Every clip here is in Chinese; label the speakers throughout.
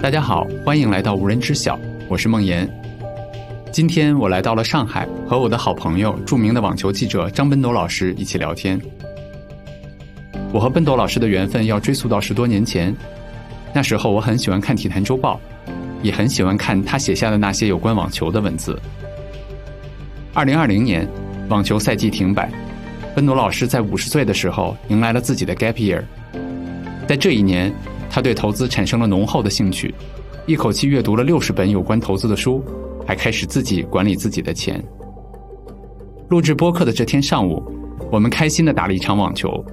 Speaker 1: 大家好，欢迎来到无人知晓，我是梦岩。今天我来到了上海，和我的好朋友、著名的网球记者张奔斗老师一起聊天。我和奔斗老师的缘分要追溯到十多年前，那时候我很喜欢看《体坛周报》，也很喜欢看他写下的那些有关网球的文字。二零二零年，网球赛季停摆，奔斗老师在五十岁的时候迎来了自己的 gap year。在这一年，他对投资产生了浓厚的兴趣，一口气阅读了六十本有关投资的书，还开始自己管理自己的钱。录制播客的这天上午，我们开心的打了一场网球。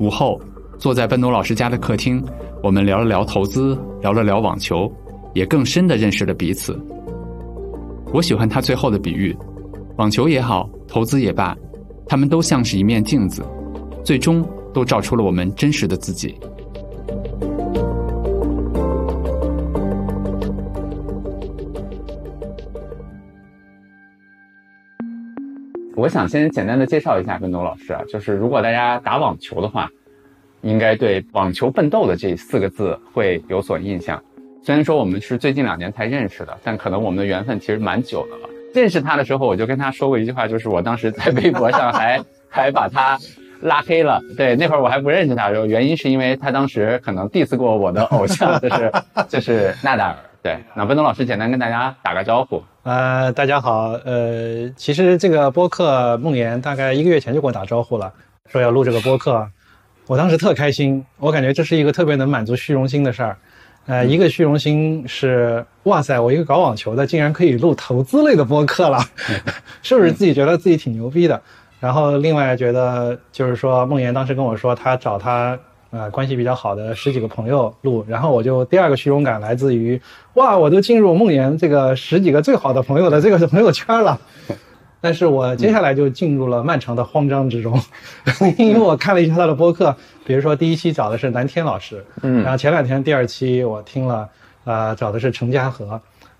Speaker 1: 午后，坐在奔斗老师家的客厅，我们聊了聊投资，聊了聊网球，也更深的认识了彼此。我喜欢他最后的比喻：网球也好，投资也罢，他们都像是一面镜子，最终都照出了我们真实的自己。我想先简单的介绍一下笨斗老师啊，就是如果大家打网球的话，应该对“网球笨斗”的这四个字会有所印象。虽然说我们是最近两年才认识的，但可能我们的缘分其实蛮久的了。认识他的时候，我就跟他说过一句话，就是我当时在微博上还还把他拉黑了。对，那会儿我还不认识他的时候，原因是因为他当时可能 diss 过我的偶像，就是就是纳达尔。对，那笨斗老师简单跟大家打个招呼。
Speaker 2: 呃，大家好，呃，其实这个播客梦岩大概一个月前就给我打招呼了，说要录这个播客，我当时特开心，我感觉这是一个特别能满足虚荣心的事儿。呃，一个虚荣心是，哇塞，我一个搞网球的竟然可以录投资类的播客了，是不是自己觉得自己挺牛逼的？然后另外觉得就是说，梦岩当时跟我说他找他呃关系比较好的十几个朋友录，然后我就第二个虚荣感来自于，哇，我都进入梦岩这个十几个最好的朋友的这个朋友圈了。但是我接下来就进入了漫长的慌张之中，
Speaker 1: 嗯
Speaker 2: 因为我看了一下他的播客，比如说第一期找的是南天老师，
Speaker 1: 嗯
Speaker 2: 然后前两天第二期我听了，呃，找的是陈嘉禾，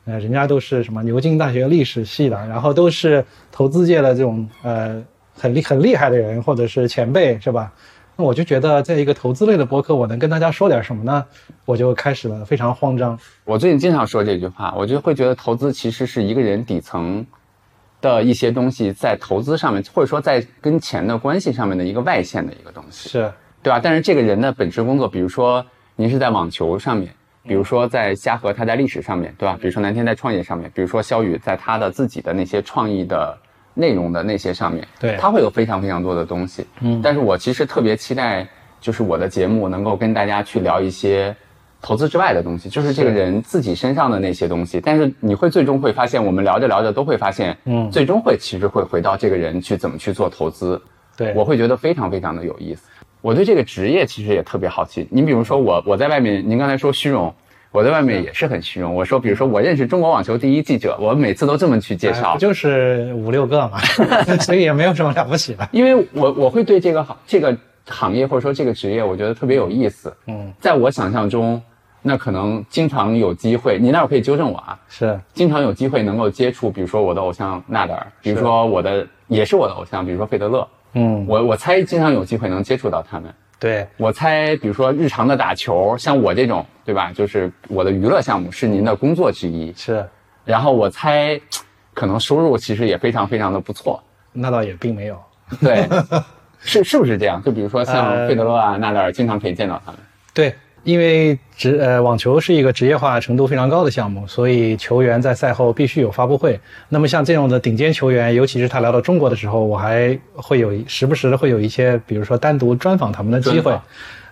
Speaker 2: 呃，人家都是什么牛津大学历史系的，然后都是投资界的这种呃很厉很厉害的人或者是前辈，是吧？那我就觉得，在一个投资类的播客，我能跟大家说点什么呢？我就开始了非常慌张。
Speaker 1: 我最近经常说这句话，我就会觉得投资其实是一个人底层的一些东西在投资上面，或者说在跟钱的关系上面的一个外线的一个东西，
Speaker 2: 是，
Speaker 1: 对吧？但是这个人的本职工作，比如说您是在网球上面，比
Speaker 2: 嗯
Speaker 1: 如说在嘉禾他在历史上面，对吧？比如说南天在创业上面，比如说肖宇在他的自己的那些创意的内容的那些上面，
Speaker 2: 对
Speaker 1: 他会有非常非常多的东西。
Speaker 2: 嗯
Speaker 1: 但是我其实特别期待，就是我的节目能够跟大家去聊一些投资之外的东西，就是这个
Speaker 2: 是
Speaker 1: 人自己身上的那些东西。但是你会最终会发现，我们聊着聊着都会发现，
Speaker 2: 嗯
Speaker 1: 最终会其实会回到这个人去怎么去做投资，
Speaker 2: 对，
Speaker 1: 我会觉得非常非常的有意思。我对这个职业其实也特别好奇。你比如说我，我在外面，您刚才说虚荣。我在外
Speaker 2: 嗯
Speaker 1: 面也是很虚荣。我说，比如说，我认识中国网球第一记者，我每次都这么去介
Speaker 2: 哎
Speaker 1: 绍
Speaker 2: 不，就是五六个嘛， 所以也没有什么了不起的。
Speaker 1: 因为我我会对这个行这个行业或者说这个职业，我觉得特别有意思。
Speaker 2: 嗯，
Speaker 1: 在我想象中，那可能经常有机会，您那儿可以纠正我啊，
Speaker 2: 是
Speaker 1: 经常有机会能够接触，比如说我的偶像纳达尔，比如说我的也是我的偶像，比如说费德勒，
Speaker 2: 嗯，
Speaker 1: 我我猜经常有机会能接触到他们。
Speaker 2: 对，
Speaker 1: 我猜，比如说日常的打球，像我这种，对吧？就是我的娱乐项目是您的工作之一。
Speaker 2: 是，
Speaker 1: 然后我猜，可能收入其实也非常非常的不错。
Speaker 2: 那倒也并没有。
Speaker 1: 对，是是不是这样？就比如说像
Speaker 2: 呃
Speaker 1: 费德勒啊、纳达尔，经常可以见到他们。
Speaker 2: 对，因为职呃网球是一个职业化程度非常高的项目，所以球员在赛后必须有发布会。那么像这种的顶尖球员，尤其是他来到中国的时候，我还会有时不时的会有一些，比如说单独专访他们的机
Speaker 1: 专
Speaker 2: 会
Speaker 1: 访。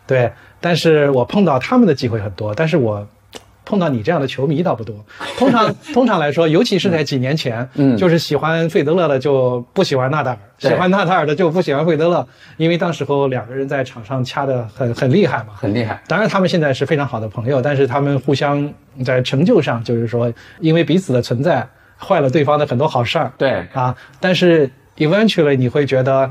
Speaker 2: 对，但是我碰到他们的机会很多，但是我。碰到你这样的球迷倒不多，通 常通常来说，尤其是在几年前，
Speaker 1: 嗯
Speaker 2: 就是喜欢费德勒的就不喜欢纳达尔，喜
Speaker 1: 对
Speaker 2: 欢纳达尔的就不喜欢费德勒，因为当时候两个人在场上掐得很很厉害嘛，
Speaker 1: 很厉害。
Speaker 2: 当然，他们现在是非常好的朋友，但是他们互相在成就上，就是说，因为彼此的存在，坏了对方的很多好事儿
Speaker 1: 对，
Speaker 2: 啊。但是 eventually 你会觉得，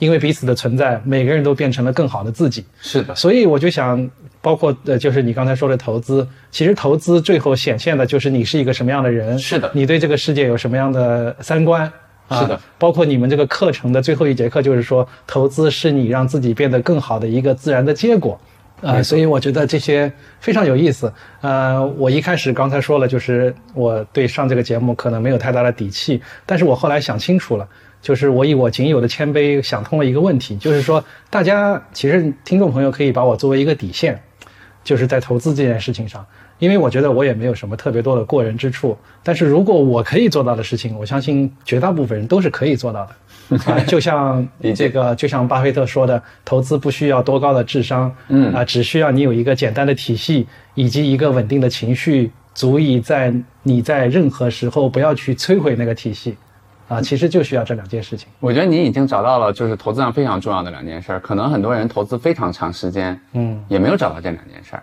Speaker 2: 因为彼此的存在，每个人都变成了更好的自己。
Speaker 1: 是的，
Speaker 2: 所以我就想，包括呃，就是你刚才说的投资，其实投资最后显现的就是你是一个什么样的人，
Speaker 1: 是的
Speaker 2: 你对这个世界有什么样的三观。啊
Speaker 1: 是的，
Speaker 2: 包括你们这个课程的最后一节课，就是说，投资是你让自己变得更好的一个自然的结果。呃，所以我觉得这些非常有意思。呃，我一开始刚才说了，就是我对上这个节目可能没有太大的底气，但是我后来想清楚了，就是我以我仅有的谦卑想通了一个问题，就是说大家其实听众朋友可以把我作为一个底线，就是在投资这件事情上，因为我觉得我也没有什么特别多的过人之处，但是如果我可以做到的事情，我相信绝大部分人都是可以做到的。啊，就像这个，就像巴菲特说的，投资不需要多高的智商，
Speaker 3: 嗯
Speaker 2: 啊，只需要你有一个简单的体系以及一个稳定的情绪，足以在你在任何时候不要去摧毁那个体系，啊，其实就需要这两件事情。
Speaker 1: 我觉得你已经找到了，就是投资上非常重要的两件事儿。可能很多人投资非常长时间，
Speaker 2: 嗯，
Speaker 1: 也没有找到这两件事儿。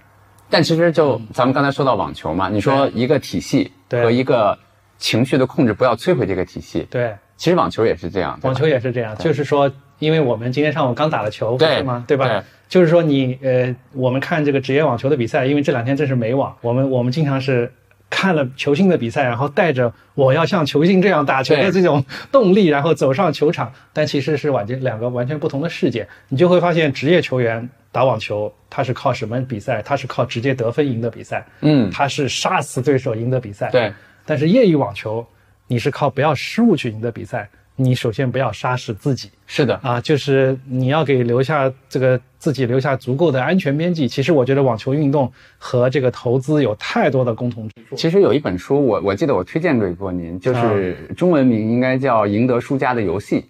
Speaker 1: 但其实就咱们刚才说到网球嘛，你说一个体系
Speaker 2: 对
Speaker 1: 和一个情绪的控制，不要摧毁这个体系。
Speaker 2: 对，
Speaker 1: 其实网球也是这样，对吧
Speaker 2: 网球也是这样，就是说，因为我们今天上午刚打了球，
Speaker 1: 对
Speaker 2: 是吗？对吧？
Speaker 1: 对
Speaker 2: 就是说你呃，我们看这个职业网球的比赛，因为这两天正是美网，我们我们经常是看了球星的比赛，然后带着我要像球星这样打球的
Speaker 1: 对
Speaker 2: 这种动力，然后走上球场，但其实是完全两个完全不同的世界。你就会发现，职业球员打网球，他是靠什么比赛？他是靠直接得分赢的比赛，
Speaker 1: 嗯，
Speaker 2: 他是杀死对手赢的比赛。
Speaker 1: 对，
Speaker 2: 但是业余网球，你是靠不要失误去赢的比赛，你首先不要杀死自己
Speaker 1: 是的，
Speaker 2: 啊，就是你要给留下这个自己留下足够的安全边际。其实我觉得网球运动和这个投资有太多的共同之处。
Speaker 1: 其实有一本书我，我记得我推荐给过您，就是中文名应该叫《赢得输家的游戏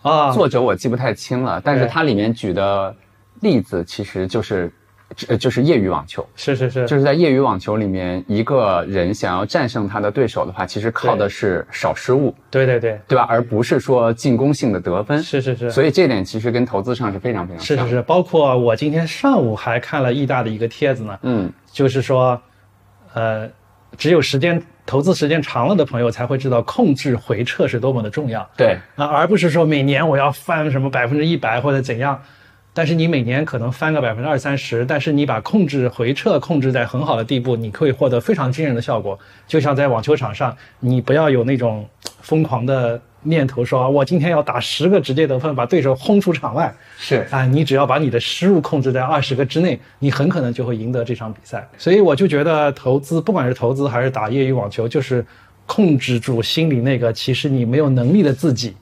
Speaker 2: 啊》，，
Speaker 1: 作者我记不太清了，但是
Speaker 2: 对
Speaker 1: 它里面举的例子其实就是，呃就是业余网球，
Speaker 2: 是是是，
Speaker 1: 就是在业余网球里面，一个人想要战胜他的对手的话，其实靠的是少失误，
Speaker 2: 对对对，
Speaker 1: 对吧？而不是说进攻性的得分。
Speaker 2: 是是是。
Speaker 1: 所以这点其实跟投资上是非常非常
Speaker 2: 是
Speaker 1: 像
Speaker 2: 是
Speaker 1: 的。
Speaker 2: 是，包括我今天上午还看了易大的一个帖子呢，
Speaker 1: 嗯，
Speaker 2: 就是说，呃，只有时间投资时间长了的朋友才会知道控制回撤是多么的重要。
Speaker 1: 对，
Speaker 2: 啊，而不是说每年我要翻什么百分之一百或者怎样。但是你每年可能翻个百分之二三十，但是你把控制回撤控制在很好的地步，你可以获得非常惊人的效果。就像在网球场上，你不要有那种疯狂的念头说，我今天要打十个直接得分，把对手轰出场外。
Speaker 1: 是
Speaker 2: 啊，你只要把你的失误控制在二十个之内，你很可能就会赢得这场比赛。所以我就觉得投资，不管是投资还是打业余网球，就是控制住心里那个其实你没有能力的自己，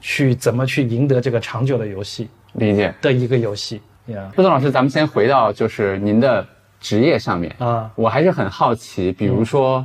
Speaker 2: 去怎么去赢得这个长久的游戏
Speaker 1: 理解。
Speaker 2: 的一个游戏。呀、
Speaker 1: 陆总老师，咱们先回到就是您的职业上面
Speaker 2: 啊
Speaker 1: 我还是很好奇，比如说，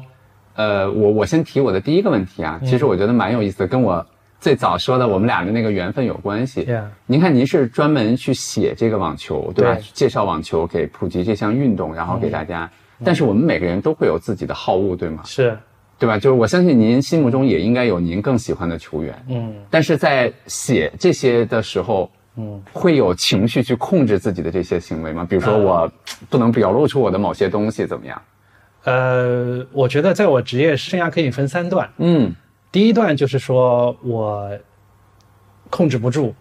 Speaker 1: 呃，我我先提我的第一个问题啊，其实我觉得蛮有意思的，跟我最早说的我们俩的那个缘分有关系。
Speaker 2: Yeah
Speaker 1: 您看，您是专门去写这个网球，对吧？嗯
Speaker 2: 对
Speaker 1: 介绍网球，给普及这项运动，然后给大家。但是我们每个人都会有自己的好恶，对吗？
Speaker 2: 是，
Speaker 1: 对吧？就是我相信您心目中也应该有您更喜欢的球员。
Speaker 2: 嗯，
Speaker 1: 但是在写这些的时候，嗯，会有情绪去控制自己的这些行为吗？比如
Speaker 2: 嗯
Speaker 1: 说我不能表露出我的某些东西，怎么样？
Speaker 2: 呃，我觉得在我职业生涯可以分三段，
Speaker 1: 嗯，
Speaker 2: 第一段就是说我控制不住，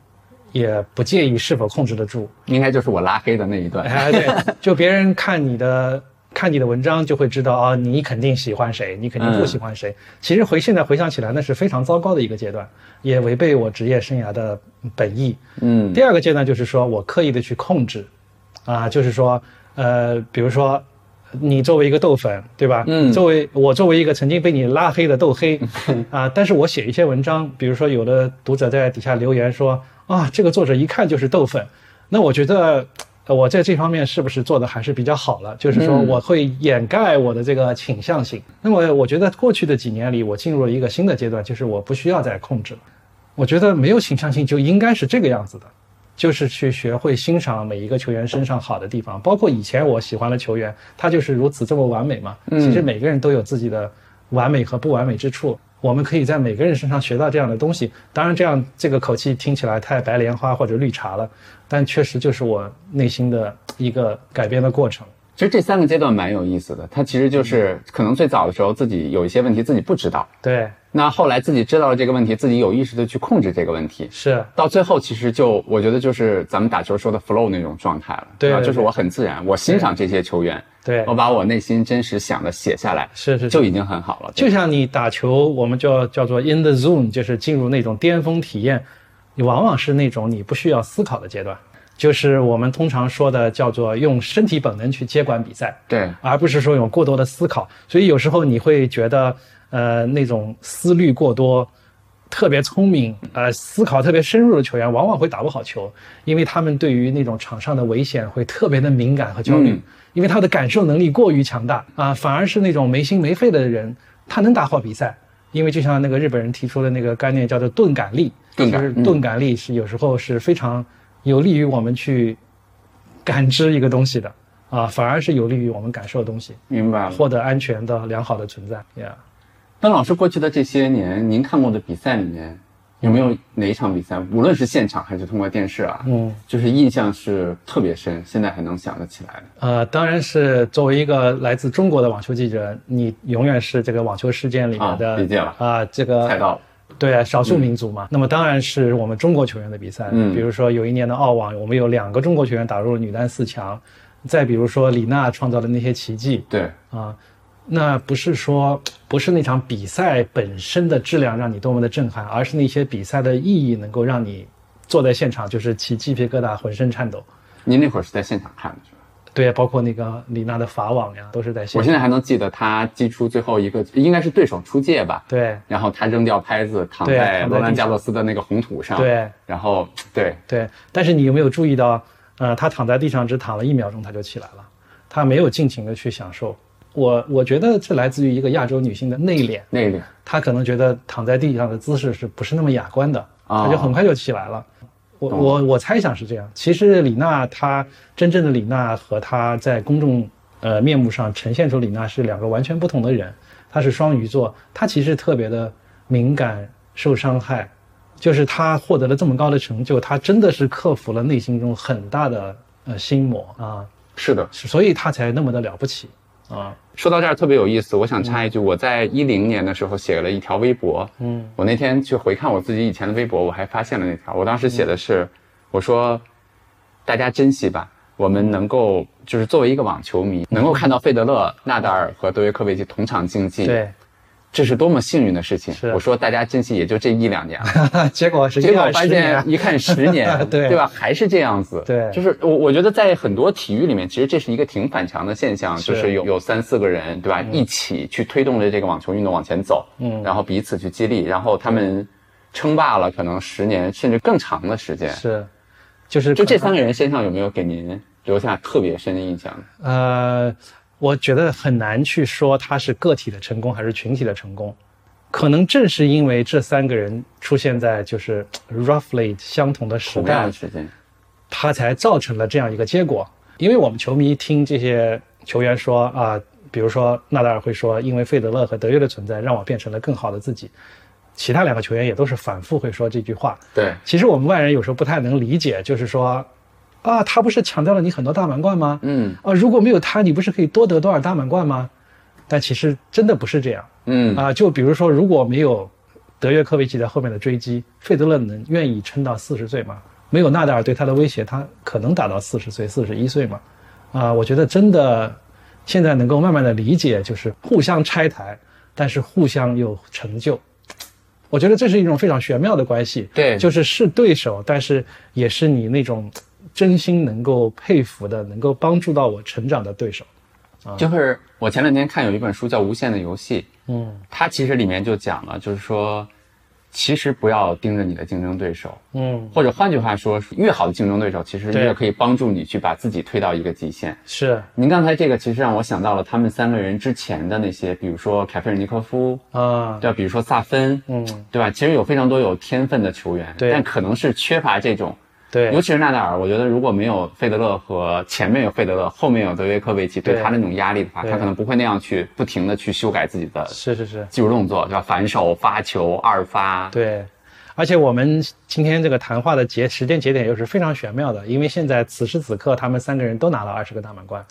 Speaker 2: 也不介意是否控制得住。
Speaker 1: 应该就是我拉黑的那一段。
Speaker 2: 哎，对，就别人看你的看你的文章，就会知道啊、你肯定喜欢谁，你肯定不
Speaker 1: 嗯
Speaker 2: 喜欢谁。其实回现在回想起来，那是非常糟糕的一个阶段，也违背我职业生涯的本意。
Speaker 1: 嗯，
Speaker 2: 第二个阶段就是说我刻意的去控制，啊，就是说，呃，比如说。你作为一个豆粉，对吧？
Speaker 1: 嗯
Speaker 2: 作为我作为一个曾经被你拉黑的豆 黑，啊，但是我写一些文章，比如说有的读者在底下留言说啊，这个作者一看就是豆粉，那我觉得呃我在这方面是不是做的还是比较好了？就是说
Speaker 1: 嗯
Speaker 2: 我会掩盖我的这个倾向性。那么我觉得过去的几年里，我进入了一个新的阶段，就是我不需要再控制了。我觉得没有倾向性就应该是这个样子的，就是去学会欣赏每一个球员身上好的地方，包括以前我喜欢的球员，他就是如此这么完美嘛。其实每个人都有自己的完美和不完美之处，我们可以在每个人身上学到这样的东西。当然，这样这个口气听起来太白莲花或者绿茶了，但确实就是我内心的一个改变的过程。
Speaker 1: 其实这三个阶段蛮有意思的，它其实就是
Speaker 2: 嗯
Speaker 1: 可能最早的时候自己有一些问题自己不知道，
Speaker 2: 对，
Speaker 1: 那后来自己知道了这个问题，自己有意识的去控制这个问题，
Speaker 2: 是，
Speaker 1: 到最后，其实就我觉得就是咱们打球说的 flow 那种状态了，
Speaker 2: 对
Speaker 1: 吧
Speaker 2: 对
Speaker 1: 就是
Speaker 2: 对
Speaker 1: 我很自然，我欣赏这些球员，
Speaker 2: 对
Speaker 1: 我把我内心真实想的写下来，
Speaker 2: 是是是
Speaker 1: 哦就已经很好了。
Speaker 2: 就
Speaker 1: 对
Speaker 2: 像你打球，我们叫叫做 in the zone，就是进入那种巅峰体验，你往往是那种你不需要思考的阶段。就是我们通常说的叫做用身体本能去接管比赛，
Speaker 1: 对，
Speaker 2: 而不是说有过多的思考。所以有时候你会觉得，呃，那种思虑过多、特别聪明、呃，思考特别深入的球员，往往会打不好球，因为他们对于那种场上的危险会特别的敏感和焦虑，
Speaker 1: 嗯
Speaker 2: 因为他的感受能力过于强大啊、反而是那种没心没肺的人，他能打好比赛。因为就像那个日本人提出的那个概念，叫做钝感力，
Speaker 1: 钝感
Speaker 2: 就是
Speaker 1: 嗯
Speaker 2: 钝感力是有时候是非常有利于我们去感知一个东西的啊，反而是有利于我们感受东西，
Speaker 1: 明白了。
Speaker 2: 获得安全的良好的存在。Yeah，
Speaker 1: 那老师过去的这些年，您看过的比赛里面，有没有哪一场比赛，无论是现场还是通过电视啊，
Speaker 2: 嗯，
Speaker 1: 就是印象是特别深，现在还能想得起来的？
Speaker 2: 呃，当然是作为一个来自中国的网球记者，你永远是这个网球事件里面的
Speaker 1: 啊理解了
Speaker 2: 啊这个
Speaker 1: 猜到了，
Speaker 2: 对啊，少数民族嘛。那么当然是我们中国球员的比赛，
Speaker 1: 嗯
Speaker 2: 比如说有一年的澳网，我们有两个中国球员打入了女单四强，再比如说李娜创造的那些奇迹，
Speaker 1: 对，
Speaker 2: 啊，那不是说不是那场比赛本身的质量让你多么的震撼，而是那些比赛的意义能够让你坐在现场就是起鸡皮疙瘩，浑身颤抖。
Speaker 1: 您那会儿是在现场看的是吧？
Speaker 2: 对，包括那个李娜的法网呀，都是在现
Speaker 1: 我
Speaker 2: 场。
Speaker 1: 现在还能记得他击出最后一个，应该是对手出界吧，
Speaker 2: 对
Speaker 1: 然后他扔掉拍子，躺
Speaker 2: 对
Speaker 1: 在
Speaker 2: 躺在
Speaker 1: 罗兰
Speaker 2: 地
Speaker 1: 加
Speaker 2: 上
Speaker 1: 洛斯的那个红土上，，
Speaker 2: 对
Speaker 1: 然后对，
Speaker 2: 对，但是你有没有注意到，呃，他躺在地上只躺了一秒钟，他就起来了，他没有尽情的去享受。我我觉得这来自于一个亚洲女性的内敛，
Speaker 1: 那个
Speaker 2: 她可能觉得躺在地上的姿势是不是那么雅观的，
Speaker 1: 啊
Speaker 2: 她就很快就起来了。我
Speaker 1: 懂了
Speaker 2: 我我猜想是这样。其实李娜她真正的李娜和她在公众呃面目上呈现出李娜是两个完全不同的人。她是双鱼座，她其实特别的敏感、受伤害，就是她获得了这么高的成就，她真的是克服了内心中很大的呃心魔啊，
Speaker 1: 是的，
Speaker 2: 是所以她才那么的了不起啊。
Speaker 1: 说到这儿特别有意思，我想插一句，我在一零年的时候写了一条微博，
Speaker 2: 嗯，
Speaker 1: 我那天去回看我自己以前的微博，我还发现了那条，我当时写
Speaker 2: 嗯
Speaker 1: 的是，我说，大家珍惜吧，我们能够就是作为一个网球迷，能
Speaker 2: 嗯
Speaker 1: 够看到费德勒、纳达尔和德约科维奇同场竞技，，
Speaker 2: 对，
Speaker 1: 这是多么幸运的事情
Speaker 2: 是。
Speaker 1: 我说大家珍惜也就这一两年了。
Speaker 2: 结果是
Speaker 1: 结果
Speaker 2: 一二
Speaker 1: 发
Speaker 2: 十
Speaker 1: 现
Speaker 2: 年啊
Speaker 1: 一看十年，
Speaker 2: 对
Speaker 1: 吧？还是这样子。
Speaker 2: 对
Speaker 1: 就是我我觉得在很多体育里面，其实这是一个挺反常的现象，就
Speaker 2: 是
Speaker 1: 是有有三四个人，对吧，一起去推动着这个网球运动往前走，
Speaker 2: 嗯
Speaker 1: 然后彼此去激励，然后他们称霸了可能十年甚至更长的时间。
Speaker 2: 是，就是
Speaker 1: 就
Speaker 2: 可
Speaker 1: 这
Speaker 2: 能
Speaker 1: 三个人身上有没有给您留下特别深的印象？
Speaker 2: 呃，我觉得很难去说他是个体的成功还是群体的成功。可能正是因为这三个人出现在就是 roughly 相同的时
Speaker 1: 同样
Speaker 2: 代
Speaker 1: 的，时间，
Speaker 2: 他才造成了这样一个结果。因为我们球迷听这些球员说啊、比如说纳达尔会说，因为费德勒和德约的存在，让我变成了更好的自己。其他两个球员也都是反复会说这句话。
Speaker 1: 对，
Speaker 2: 其实我们外人有时候不太能理解，就是说，啊，他不是抢掉了你很多大满贯吗？
Speaker 1: 嗯
Speaker 2: 啊，如果没有他，你不是可以多得多少大满贯吗？但其实真的不是这样
Speaker 1: 嗯，
Speaker 2: 啊、就比如说，如果没有德约科维奇在后面的追击，费德勒能愿意撑到四十岁吗？没有纳达尔对他的威胁，他可能打到四十岁、四十一岁嘛？啊、我觉得真的现在能够慢慢的理解，就是互相拆台，但是互相有成就。我觉得这是一种非常玄妙的关系，
Speaker 1: 对
Speaker 2: 就是是对手，但是也是你那种真心能够佩服的、能够帮助到我成长的对手。
Speaker 1: 就是我前两天看有一本书叫《无限的游戏》，
Speaker 2: 嗯
Speaker 1: 它其实里面就讲了，就是说，其实不要盯着你的竞争对手，
Speaker 2: 嗯，
Speaker 1: 或者换句话说，越好的竞争对手，其实
Speaker 2: 对
Speaker 1: 越可以帮助你去把自己推到一个极限。
Speaker 2: 是
Speaker 1: 您刚才这个其实让我想到了他们三个人之前的那些，比如说凯菲尔尼科夫，
Speaker 2: 啊，
Speaker 1: 对吧？比如说萨芬，
Speaker 2: 嗯，
Speaker 1: 对吧？其实有非常多有天分的球员，
Speaker 2: 对
Speaker 1: 但可能是缺乏这种。
Speaker 2: 对
Speaker 1: 尤，其是纳达尔，我觉得如果没有费德勒和前面有费德勒，后面有德约科维奇对
Speaker 2: 对
Speaker 1: 他那种压力的话，
Speaker 2: 对
Speaker 1: 他可能不会那样去不停的去修改自己的
Speaker 2: 是是是，
Speaker 1: 技术动作，对吧？反手、发球、二发，
Speaker 2: 对。而且我们今天这个谈话的节时间节点又是非常玄妙的，因为现在此时此刻他们三个人都拿了二十个大满贯，
Speaker 1: 哦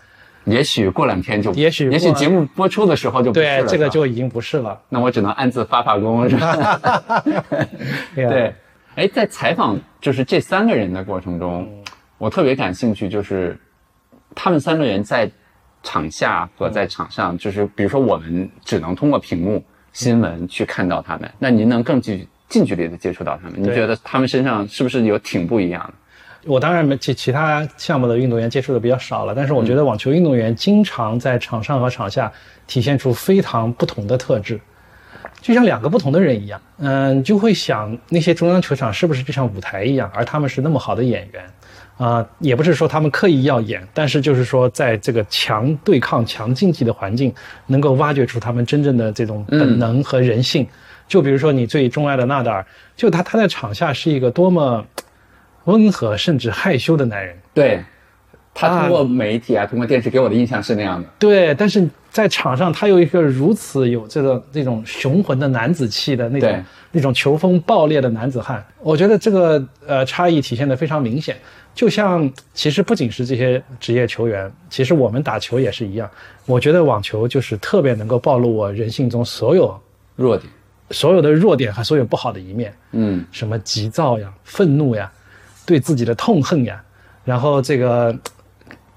Speaker 1: 也许过两天就，
Speaker 2: 也许
Speaker 1: 也许
Speaker 2: 过
Speaker 1: 节目播出的时候就不是
Speaker 2: 对
Speaker 1: 了，
Speaker 2: 这个
Speaker 1: 是吧
Speaker 2: 就已经不是了。
Speaker 1: 那我只能暗自发发功，是吧？
Speaker 2: 对啊
Speaker 1: 对，哎，在采访就是这三个人的过程中，我特别感兴趣，就是他们三个人在场下和在场上，就是比如说我们只能通过屏幕新闻去看到他们，那您能更近近距离的接触到他们，您
Speaker 2: 对
Speaker 1: 觉得他们身上是不是有挺不一样的？
Speaker 2: 我当然没其其他项目的运动员接触的比较少了，但是我觉
Speaker 1: 嗯
Speaker 2: 得网球运动员经常在场上和场下体现出非常不同的特质，就像两个不同的人一样。嗯、你就会想那些中央球场是不是就像舞台一样，而他们是那么好的演员。啊、也不是说他们刻意要演，但是就是说，在这个强对抗、强竞技的环境，能够挖掘出他们真正的这种本能和人性。就比如说你最钟爱的纳达尔，就他他在场下是一个多么温和甚至害羞的男人，
Speaker 1: 对，他通过媒体啊，通过电视给我的印象是那样的。
Speaker 2: 对，但是在场上他有一个如此有这个那种雄浑的男子气的那
Speaker 1: 对
Speaker 2: 种那种球风爆裂的男子汉，我觉得这个呃差异体现的非常明显。就像其实不仅是这些职业球员，其实我们打球也是一样。我觉得网球就是特别能够暴露我人性中所有
Speaker 1: 弱点，
Speaker 2: 所有的弱点和所有不好的一面。
Speaker 1: 嗯，
Speaker 2: 什么急躁呀、愤怒呀，对自己的痛恨呀，然后这个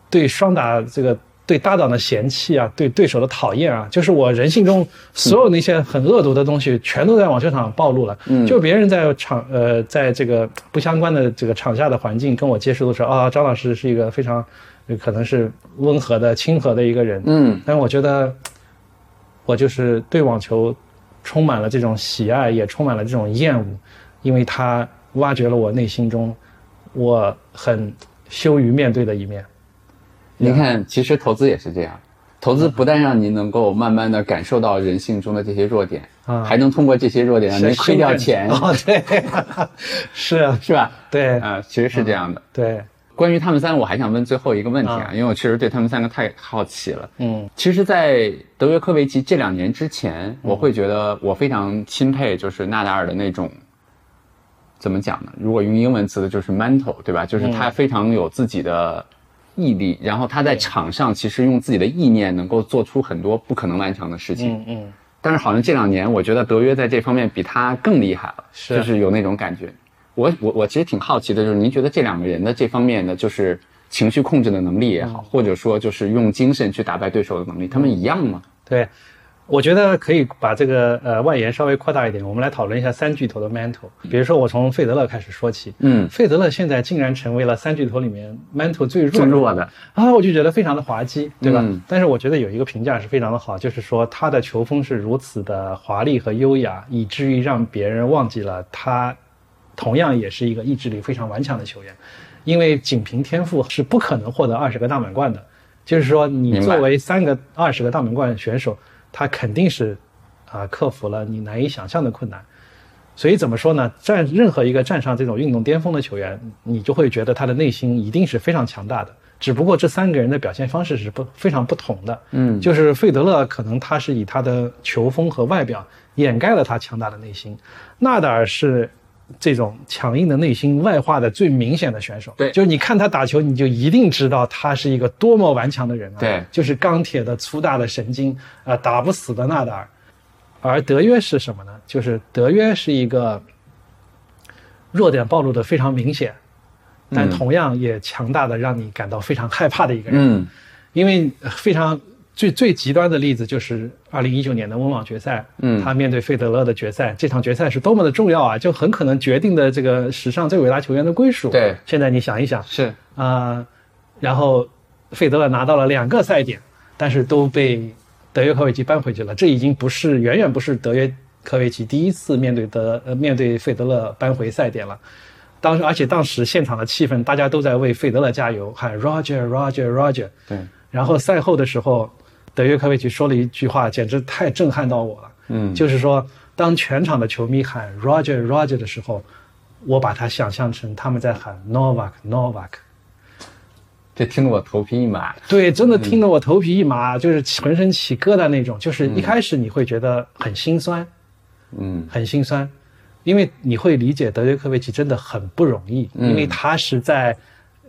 Speaker 2: 对双打这个对搭档的嫌弃啊，对对手的讨厌啊，就是我人性中所有那些很恶毒的东西，全都在网球场上暴露了。嗯，就别人在场呃，在这个不相关的这个场下的环境跟我接触的时候啊，张老师是一个非常呃可能是温和的、亲和的一个人。
Speaker 1: 嗯，
Speaker 2: 但我觉得我就是对网球充满了这种喜爱，也充满了这种厌恶，因为它挖掘了我内心中我很羞于面对的一面。
Speaker 1: 你看，其实投资也是这样，投资不但让您能够慢慢的感受到人性中的这些弱点，
Speaker 2: 啊
Speaker 1: 还能通过这些弱点让您亏掉 钱，
Speaker 2: 哦，对，是啊，
Speaker 1: 是吧？
Speaker 2: 对
Speaker 1: 啊、其实是这样的。
Speaker 2: 对，
Speaker 1: 关于他们三个，我还想问最后一个问题啊，
Speaker 2: 啊
Speaker 1: 因为我确实对他们三个太好奇了。
Speaker 2: 嗯
Speaker 1: 其实，在德约科维奇这两年之前，我会觉得我非常钦佩，就是纳达尔的那种，怎么讲呢？如果用英文词的，就是 mental，对吧？就是他非常有自己的毅力，然后他在场上其实用自己的意念能够做出很多不可能完成的事情。
Speaker 2: 嗯嗯，
Speaker 1: 但是好像这两年，我觉得德约在这方面比他更厉害了，
Speaker 2: 是
Speaker 1: 就是有那种感觉。我我我其实挺好奇的，就是您觉得这两个人的这方面的，就是情绪控制的能力也好，或者说就是用精神去打败对手的能力，他们一样吗？
Speaker 2: 对。我觉得可以把这个呃外延稍微扩大一点，我们来讨论一下三巨头的 mental。比如说，我从费德勒开始说起，
Speaker 1: 嗯，
Speaker 2: 费德勒现在竟然成为了三巨头里面 mental 最弱
Speaker 1: 最
Speaker 2: 的
Speaker 1: 弱的，
Speaker 2: 啊，我就觉得非常的滑稽，对吧？
Speaker 1: 嗯
Speaker 2: 但是我觉得有一个评价是非常的好，就是说他的球风是如此的华丽和优雅，以至于让别人忘记了他同样也是一个意志力非常顽强的球员，因为仅凭天赋是不可能获得二十个大满贯的。就是说，你
Speaker 1: 明白
Speaker 2: 作为三个二十个大满贯选手，他肯定是啊、克服了你难以想象的困难。所以怎么说呢？站任何一个站上这种运动巅峰的球员，你就会觉得他的内心一定是非常强大的。只不过这三个人的表现方式是不非常不同的。
Speaker 1: 嗯，
Speaker 2: 就是费德勒可能他是以他的球风和外表掩盖了他强大的内心，纳达尔是这种强硬的内心外化的最明显的选手。
Speaker 1: 对
Speaker 2: 就是你看他打球，你就一定知道他是一个多么顽强的人啊。
Speaker 1: 对
Speaker 2: 就是钢铁的粗大的神经啊、打不死的纳达尔。而德约是什么呢？就是德约是一个弱点暴露的非常明显，但同样也强大的让你感到非常害怕的一个人。
Speaker 1: 嗯，
Speaker 2: 因为呃非常最最极端的例子就是二零一九年的温网决赛，
Speaker 1: 嗯
Speaker 2: 他面对费德勒的决赛，这场决赛是多么的重要啊，就很可能决定的这个史上最伟大球员的归属。
Speaker 1: 对
Speaker 2: 现在你想一想
Speaker 1: 是，
Speaker 2: 啊、然后费德勒拿到了两个赛点，但是都被德约科维奇扳回去了，这已经不是远远不是德约科维奇第一次面对德呃面对费德勒扳回赛点了。当时，而且当时现场的气氛，大家都在为费德勒加油，喊 Roger Roger Roger。
Speaker 1: 对，
Speaker 2: 然后赛后的时候，德约科维奇说了一句话，简直太震撼到我了。
Speaker 1: 嗯，
Speaker 2: 就是说，当全场的球迷喊 Roger Roger 的时候，我把它想象成他们在喊 Novak Novak。
Speaker 1: 这听得我头皮一麻。
Speaker 2: 对，真的听得我头皮一麻，
Speaker 1: 嗯
Speaker 2: 就是浑身起疙瘩那种。就是一开始你会觉得很心酸，
Speaker 1: 嗯，
Speaker 2: 很心酸，因为你会理解德约科维奇真的很不容易，
Speaker 1: 嗯
Speaker 2: 因为他是在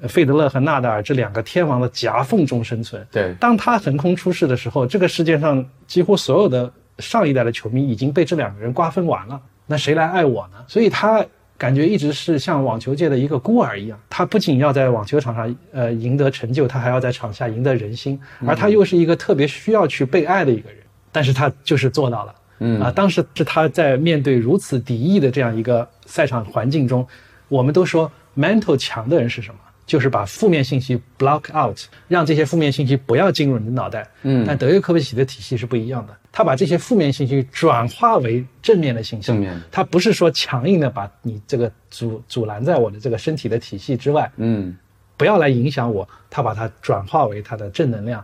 Speaker 2: 呃费德勒和纳达尔这两个天王的夹缝中生存。
Speaker 1: 对
Speaker 2: 当他横空出世的时候，这个世界上几乎所有的上一代的球迷已经被这两个人瓜分完了，那谁来爱我呢？所以他感觉一直是像网球界的一个孤儿一样。他不仅要在网球场上呃赢得成就，他还要在场下赢得人心，而他又是一个特别需要去被爱的一个人。但是他就是做到了。嗯啊，当时是他在面对如此敌意的这样一个赛场环境中，我们都说 mental 强的人是什么？就是把负面信息 block out，让这些负面信息不要进入你的脑袋。
Speaker 1: 嗯
Speaker 2: 但德约科维奇的体系是不一样的，他把这些负面信息转化为正面的信息。
Speaker 1: 正面的
Speaker 2: 他不是说强硬的把你这个阻阻拦在我的这个身体的体系之外，
Speaker 1: 嗯
Speaker 2: 不要来影响我，他把它转化为他的正能量，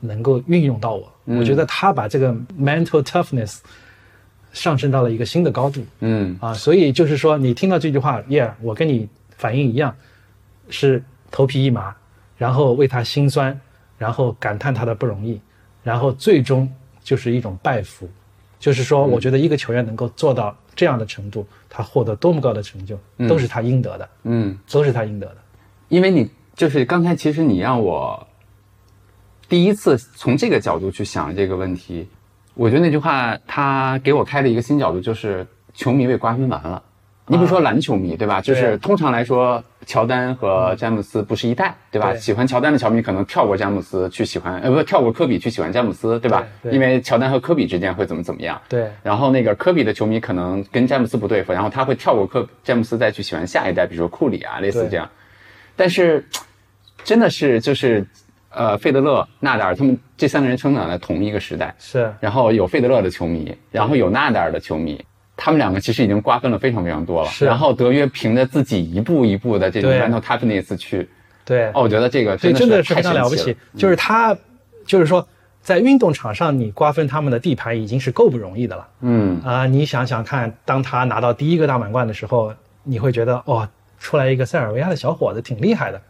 Speaker 2: 能够运用到我。我觉得他把这个 mental toughness 上升到了一个新的高度
Speaker 1: 嗯
Speaker 2: 啊，所以就是说，你听到这句话，yeah，我跟你反应一样，是头皮一麻，然后为他心酸，然后感叹他的不容易，然后最终就是一种拜服，就是说，我觉得一个球员能够做到这样的程度，他获得多么高的成就，都是他应得的，
Speaker 1: 嗯，
Speaker 2: 都是他应得的。
Speaker 1: 因为你就是刚才，其实你让我第一次从这个角度去想这个问题，我觉得那句话他给我开了一个新角度，就是球迷被瓜分完了。你比
Speaker 2: 啊
Speaker 1: 如说篮球迷，对吧？就是通常来说，乔丹和詹姆斯不是一代，对吧？
Speaker 2: 对
Speaker 1: 喜欢乔丹的球迷可能跳过詹姆斯去喜欢，呃，不，跳过科比去喜欢詹姆斯，对吧？
Speaker 2: 对对
Speaker 1: 因为乔丹和科比之间会怎么怎么样。
Speaker 2: 对，
Speaker 1: 然后那个科比的球迷可能跟詹姆斯不对付，然后他会跳过科詹姆斯再去喜欢下一代，比如说库里啊，类似
Speaker 2: 对
Speaker 1: 这样。但是真的是就是呃，费德勒、纳达尔他们这三个人生长在同一个时代，
Speaker 2: 是
Speaker 1: 然后有费德勒的球迷，然后有纳达尔的球迷。他们两个其实已经瓜分了非常非常多了，
Speaker 2: 是
Speaker 1: 然后德约凭着自己一步一步的这种
Speaker 2: 对
Speaker 1: mental toughness 去，
Speaker 2: 对，
Speaker 1: 哦，我觉得这个真
Speaker 2: 所以
Speaker 1: 的
Speaker 2: 真的是
Speaker 1: 太
Speaker 2: 非常
Speaker 1: 神
Speaker 2: 了不
Speaker 1: 奇嗯
Speaker 2: 起。就是他，就是说，在运动场上你瓜分他们的地盘已经是够不容易的了
Speaker 1: 嗯
Speaker 2: 啊、你想想看，当他拿到第一个大满贯的时候，你会觉得哦，出来一个塞尔维亚的小伙子挺厉害的。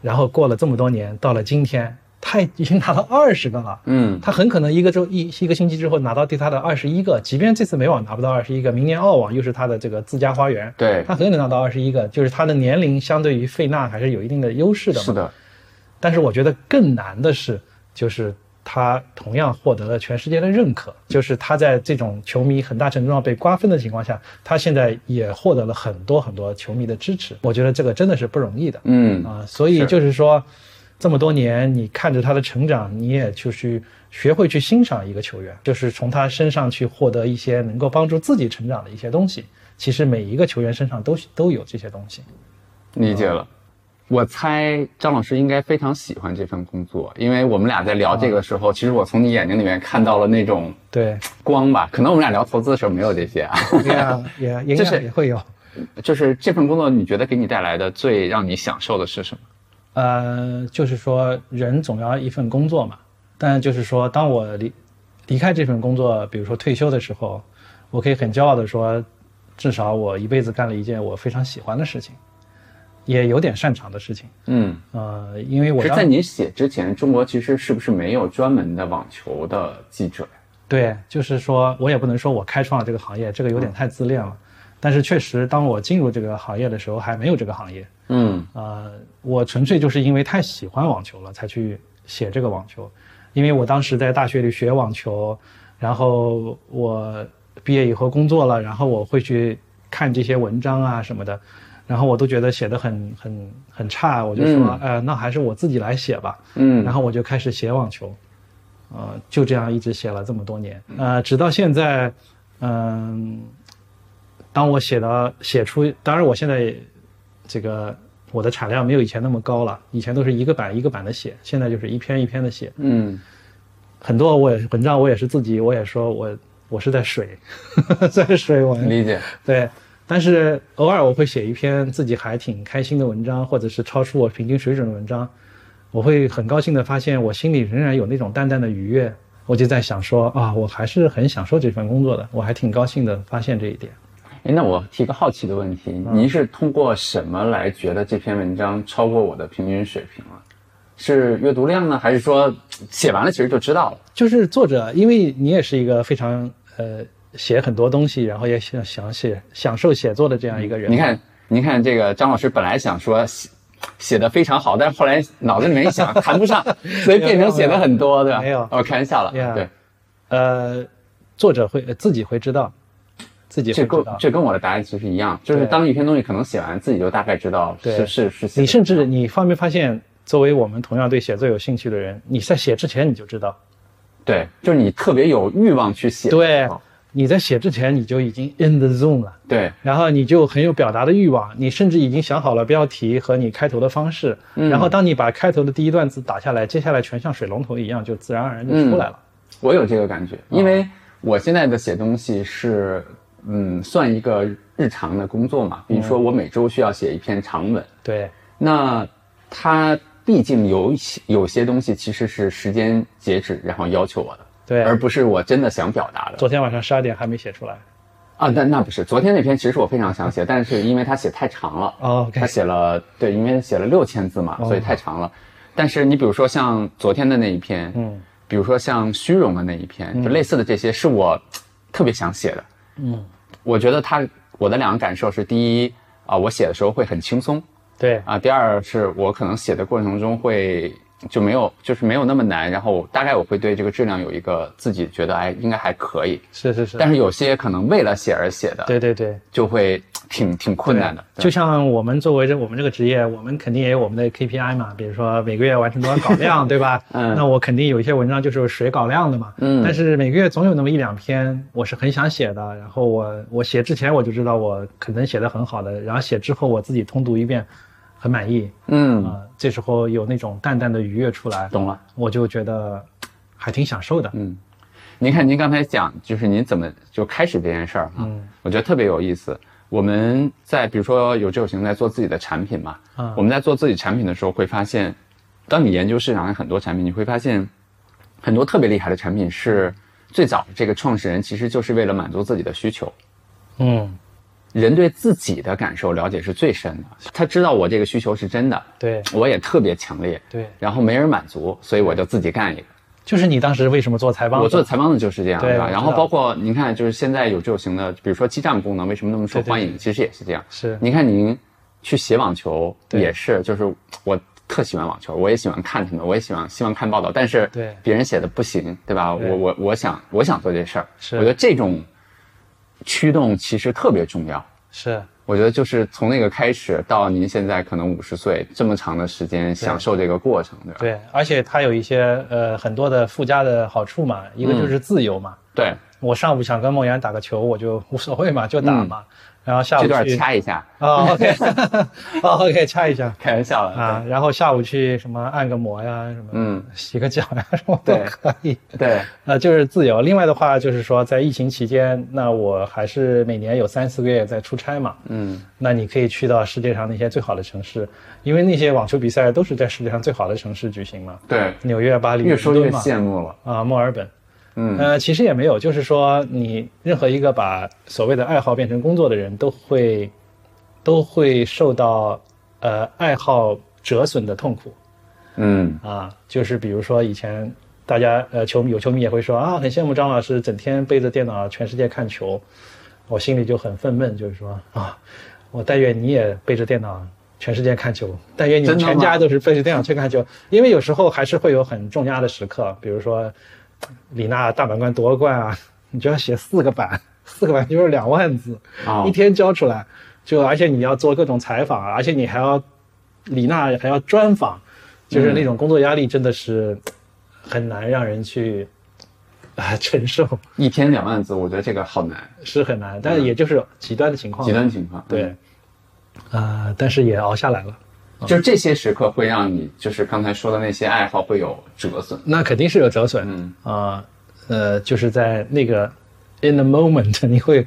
Speaker 2: 然后过了这么多年，到了今天，他已经拿到二十个了。
Speaker 1: 嗯
Speaker 2: 他很可能一个周一一个星期之后拿到第他的二十一个，即便这次美网拿不到二十一个，明年澳网又是他的这个自家花园，
Speaker 1: 对
Speaker 2: 他很可能拿到二十一个，就是他的年龄相对于费纳还是有一定的优势的嘛。
Speaker 1: 是的，
Speaker 2: 但是我觉得更难的是，就是他同样获得了全世界的认可，就是他在这种球迷很大程度上被瓜分的情况下，他现在也获得了很多很多球迷的支持。我觉得这个真的是不容易的
Speaker 1: 嗯
Speaker 2: 啊、所以
Speaker 1: 是
Speaker 2: 就是说，这么多年你看着他的成长，你也就去学会去欣赏一个球员，就是从他身上去获得一些能够帮助自己成长的一些东西。其实每一个球员身上都都有这些东西。
Speaker 1: 理解了。我猜张老师应该非常喜欢这份工作，因为我们俩在聊这个时候，其实我从你眼睛里面看到了那种
Speaker 2: 对，
Speaker 1: 光吧。可能我们俩聊投资的时候没有这些啊，
Speaker 2: 也也影
Speaker 1: 就是
Speaker 2: 响也会有。
Speaker 1: 就是这份工作，你觉得给你带来的最让你享受的是什么？
Speaker 2: 呃，就是说人总要一份工作嘛，但就是说，当我离离开这份工作，比如说退休的时候，我可以很骄傲的说，至少我一辈子干了一件我非常喜欢的事情，也有点擅长的事情。
Speaker 1: 嗯，
Speaker 2: 呃，因为我
Speaker 1: 是
Speaker 2: 当
Speaker 1: 在你写之前，中国其实是不是没有专门的网球的记者？
Speaker 2: 对，就是说我也不能说我开创了这个行业，这个
Speaker 1: 嗯
Speaker 2: 有点太自恋了。但是确实，当我进入这个行业的时候，还没有这个行业。
Speaker 1: 嗯
Speaker 2: 呃，我纯粹就是因为太喜欢网球了，才去写这个网球。因为我当时在大学里学网球，然后我毕业以后工作了，然后我会去看这些文章啊什么的，然后我都觉得写的很很很差，我就说、呃，那还是我自己来写吧。
Speaker 1: 嗯
Speaker 2: 然后我就开始写网球，呃，就这样一直写了这么多年，呃，直到现在，嗯、当我写到写出，当然我现在这个我的产量没有以前那么高了，以前都是一个版一个版的写，现在就是一篇一篇的写，
Speaker 1: 嗯，
Speaker 2: 很多我也文章我也是自己，我也说我我是在水， 在水文，
Speaker 1: 理解。
Speaker 2: 对，但是偶尔我会写一篇自己还挺开心的文章，或者是超出我平均水准的文章，我会很高兴的发现我心里仍然有那种淡淡的愉悦。我就在想说啊，我还是很享受这份工作的，我还挺高兴的发现这一点。
Speaker 1: 哎，那我提个好奇的问题，
Speaker 2: 嗯
Speaker 1: 您是通过什么来觉得这篇文章超过我的平均水平了？是阅读量呢，还是说写完了其实就知道了？
Speaker 2: 就是作者，因为你也是一个非常呃写很多东西，然后也想想写享受写作的这样一个人。
Speaker 1: 您嗯看，您看这个张老师本来想说写写的非常好，但是后来脑子里面一想谈不 上，所以变成写的很多，对吧？
Speaker 2: 没有
Speaker 1: 哦，开玩笑了。
Speaker 2: Yeah
Speaker 1: 对，
Speaker 2: 呃，作者会呃自己会知道，自己会
Speaker 1: 这
Speaker 2: 知
Speaker 1: 跟
Speaker 2: 道。
Speaker 1: 这跟我的答案其实一样，就是
Speaker 2: 对
Speaker 1: 当一篇东西可能写完，自己就大概知道
Speaker 2: 对
Speaker 1: 是是是写的。
Speaker 2: 你甚至你发没发现，作为我们同样对写作有兴趣的人，你在写之前你就知道，
Speaker 1: 对，就是你特别有欲望去写。
Speaker 2: 对
Speaker 1: 哦
Speaker 2: 你在写之前你就已经 in the zone 了，
Speaker 1: 对，
Speaker 2: 然后你就很有表达的欲望，你甚至已经想好了标题和你开头的方式。
Speaker 1: 嗯
Speaker 2: 然后当你把开头的第一段字打下来，接下来全像水龙头一样，就自然而然就出来了。
Speaker 1: 我有这个感觉，因为我现在的写东西是，嗯，算一个日常的工作嘛。比如说，我每周需要写一篇长文，
Speaker 2: 对，
Speaker 1: 那它毕竟有一些有些东西其实是时间截止，然后要求我的，
Speaker 2: 对
Speaker 1: 而不是我真的想表达的。
Speaker 2: 昨天晚上十二点还没写出来。
Speaker 1: 啊，那那不是，昨天那篇其实我非常想写，但是因为他写太长了，
Speaker 2: 哦，OK
Speaker 1: 他写了对，因为写了六千字嘛，所以太
Speaker 2: 哦
Speaker 1: 长了。但是你比如说像昨天的那一篇，
Speaker 2: 嗯，
Speaker 1: 比如说像虚荣的那一篇，就类似的这些，是我特别想写的。
Speaker 2: 嗯，
Speaker 1: 我觉得他我的两个感受是，第一啊、我写的时候会很轻松
Speaker 2: 对，
Speaker 1: 啊、第二是我可能写的过程中会就没有就是没有那么难，然后大概我会对这个质量有一个自己觉得哎应该还可以。
Speaker 2: 是是是。
Speaker 1: 但是有些可能为了写而写的，
Speaker 2: 对对对，
Speaker 1: 就会挺挺困难的。
Speaker 2: 就像我们作为这我们这个职业，我们肯定也有我们的 KPI 嘛，比如说每个月完成多少稿 量，对吧？
Speaker 1: 嗯
Speaker 2: 那我肯定有一些文章就是水稿量的嘛。
Speaker 1: 嗯
Speaker 2: 但是每个月总有那么一两篇我是很想写的，然后我我写之前我就知道我可能写的很好的，然后写之后我自己通读一遍，很满意啊、
Speaker 1: 嗯，
Speaker 2: 这时候有那种淡淡的愉悦出来，
Speaker 1: 懂了。
Speaker 2: 我就觉得还挺享受的。
Speaker 1: 您看，您刚才讲就是您怎么就开始这件事儿啊？我觉得特别有意思。我们在比如说有志有行在做自己的产品嘛，
Speaker 2: 啊
Speaker 1: 我们在做自己产品的时候会发现，当你研究市场上很多产品，你会发现很多特别厉害的产品是最早这个创始人其实就是为了满足自己的需求。
Speaker 2: 嗯，
Speaker 1: 人对自己的感受了解是最深的，他知道我这个需求是真的，
Speaker 2: 对
Speaker 1: 我也特别强烈，
Speaker 2: 对，
Speaker 1: 然后没人满足，所以我就自己干一个。
Speaker 2: 就是你当时为什么做财报？
Speaker 1: 我做采访的就是这样，
Speaker 2: 对
Speaker 1: 对吧？
Speaker 2: 我
Speaker 1: 然
Speaker 2: 知
Speaker 1: 后
Speaker 2: 道
Speaker 1: 包括您看，就是现在有这种型的，比如说基站功能，为什么那么受
Speaker 2: 对对
Speaker 1: 欢迎？其实也是这样。
Speaker 2: 是
Speaker 1: 您看您去写网球
Speaker 2: 对
Speaker 1: 也是，就是我特喜欢网球，我也喜欢看他们，我也喜欢希望看报道，但是
Speaker 2: 对
Speaker 1: 别人写的不行，对吧？
Speaker 2: 对
Speaker 1: 我我我想我想做这事儿，
Speaker 2: 是
Speaker 1: 我觉得这种驱动其实特别重要。
Speaker 2: 是。
Speaker 1: 我觉得就是从那个开始到您现在可能五十岁这么长的时间，享受这个过程，对吧？
Speaker 2: 对，而且它有一些呃很多的附加的好处嘛，一个
Speaker 1: 嗯
Speaker 2: 就是自由嘛。
Speaker 1: 对，
Speaker 2: 我上午想跟梦妍打个球，我就无所谓嘛，就打嘛。然后下
Speaker 1: 嗯
Speaker 2: 午
Speaker 1: 这段
Speaker 2: 去
Speaker 1: 掐一下，
Speaker 2: 啊，OK，啊 OK，掐一下
Speaker 1: 开玩笑了
Speaker 2: 啊。然后下午去什么按个摩呀，什么
Speaker 1: 嗯，
Speaker 2: 洗个脚呀，什么都
Speaker 1: 对
Speaker 2: 可以。
Speaker 1: 对，
Speaker 2: 呃，就是自由。另外的话，就是说在疫情期间，那我还是每年有三四个月在出差嘛。
Speaker 1: 嗯。
Speaker 2: 那你可以去到世界上那些最好的城市，因为那些网球比赛都是在世界上最好的城市举行嘛。
Speaker 1: 对，
Speaker 2: 纽约、啊巴黎、
Speaker 1: 越说
Speaker 2: 伦
Speaker 1: 越
Speaker 2: 敦嘛
Speaker 1: 羡慕了。
Speaker 2: 啊，墨尔本。
Speaker 1: 嗯
Speaker 2: 呃，其实也没有，就是说你任何一个把所谓的爱好变成工作的人，都会都会受到呃爱好折损的痛苦
Speaker 1: 嗯，
Speaker 2: 啊。就是比如说以前大家呃球迷有球迷也会说啊，很羡慕张老师整天背着电脑全世界看球，我心里就很愤懑，就是说啊，我但愿你也背着电脑。全世界看球，但愿你们
Speaker 1: 真的
Speaker 2: 全
Speaker 1: 吗
Speaker 2: 家都是背着电脑去看球，因为有时候还是会有很重压的时刻，比如说李娜大满贯夺冠啊，你就要写四个版，四个版就是两万字，
Speaker 1: 哦
Speaker 2: 一天交出来，就而且你要做各种采访，啊而且你还要李娜还要专访，就是那种
Speaker 1: 嗯
Speaker 2: 工作压力真的是很难让人去啊、承受，
Speaker 1: 一天两万字，我觉得这个好难，
Speaker 2: 是很难，但是也就是极端的情况，
Speaker 1: 嗯极端嗯情况。
Speaker 2: 对，啊、但是也熬下来了。
Speaker 1: 嗯，就是这些时刻会让你，就是刚才说的那些爱好会有折损。
Speaker 2: 那肯定是有折损。
Speaker 1: 嗯
Speaker 2: 啊、呃，就是在那个 in the moment，你会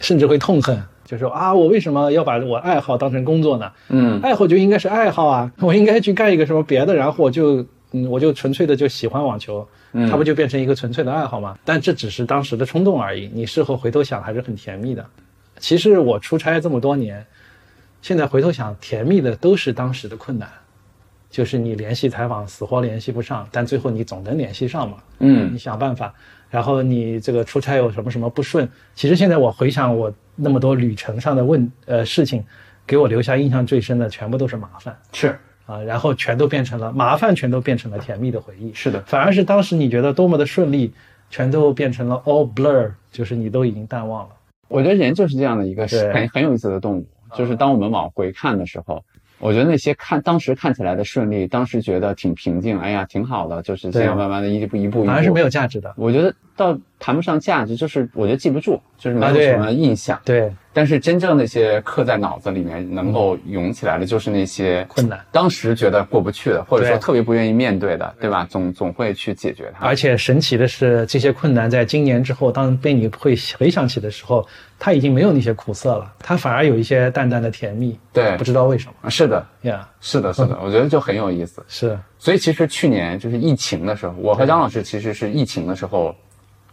Speaker 2: 甚至会痛恨，就说啊，我为什么要把我爱好当成工作呢？
Speaker 1: 嗯
Speaker 2: 爱好就应该是爱好啊， 我应该去干一个什么别的，然后我就嗯，我就纯粹的就喜欢网球，
Speaker 1: 嗯
Speaker 2: 它不就变成一个纯粹的爱好吗？但这只是当时的冲动而已，你事后回头想还是很甜蜜的。其实我出差这么多年，现在回头想，甜蜜的都是当时的困难，就是你联系采访死活联系不上，但最后你总能联系上嘛。你
Speaker 1: 嗯，
Speaker 2: 想办法，然后你这个出差有什么什么不顺。其实现在我回想我那么多旅程上的问呃事情，给我留下印象最深的全部都是麻烦
Speaker 1: 是
Speaker 2: 啊，然后全都变成了麻烦，全都变成了甜蜜的回忆。
Speaker 1: 是的，
Speaker 2: 反而是当时你觉得多么的顺利，全都变成了 all blur，就是你都已经淡忘了。
Speaker 1: 我觉得人就是这样的一个
Speaker 2: 对
Speaker 1: 很很有意思的动物。就是当我们往回看的时候，我觉得那些看当时看起来的顺利，当时觉得挺平静，哎呀，挺好的，就是这样
Speaker 2: 对
Speaker 1: 慢慢的一步一步一步，
Speaker 2: 反而是没有价值的。
Speaker 1: 我觉得倒谈不上价值，就是我觉得记不住，就是
Speaker 2: 啊
Speaker 1: 没有什么印象。
Speaker 2: 对，
Speaker 1: 但是真正那些刻在脑子里面能够涌起来的，就是那些
Speaker 2: 困难
Speaker 1: 当时觉得过不去的，或者说
Speaker 2: 对
Speaker 1: 特别不愿意面对的，对吧？总总会去解决它。
Speaker 2: 而且神奇的是，这些困难在今年之后，当被你会回想起的时候，它已经没有那些苦涩了，它反而有一些淡淡的甜蜜。
Speaker 1: 对
Speaker 2: 不知道为什么
Speaker 1: 是的，
Speaker 2: 呀
Speaker 1: 是的，是的，
Speaker 2: 嗯
Speaker 1: 我觉得就很有意思。
Speaker 2: 是
Speaker 1: 所以其实去年就是疫情的时候，我和张老师其实是疫情的时候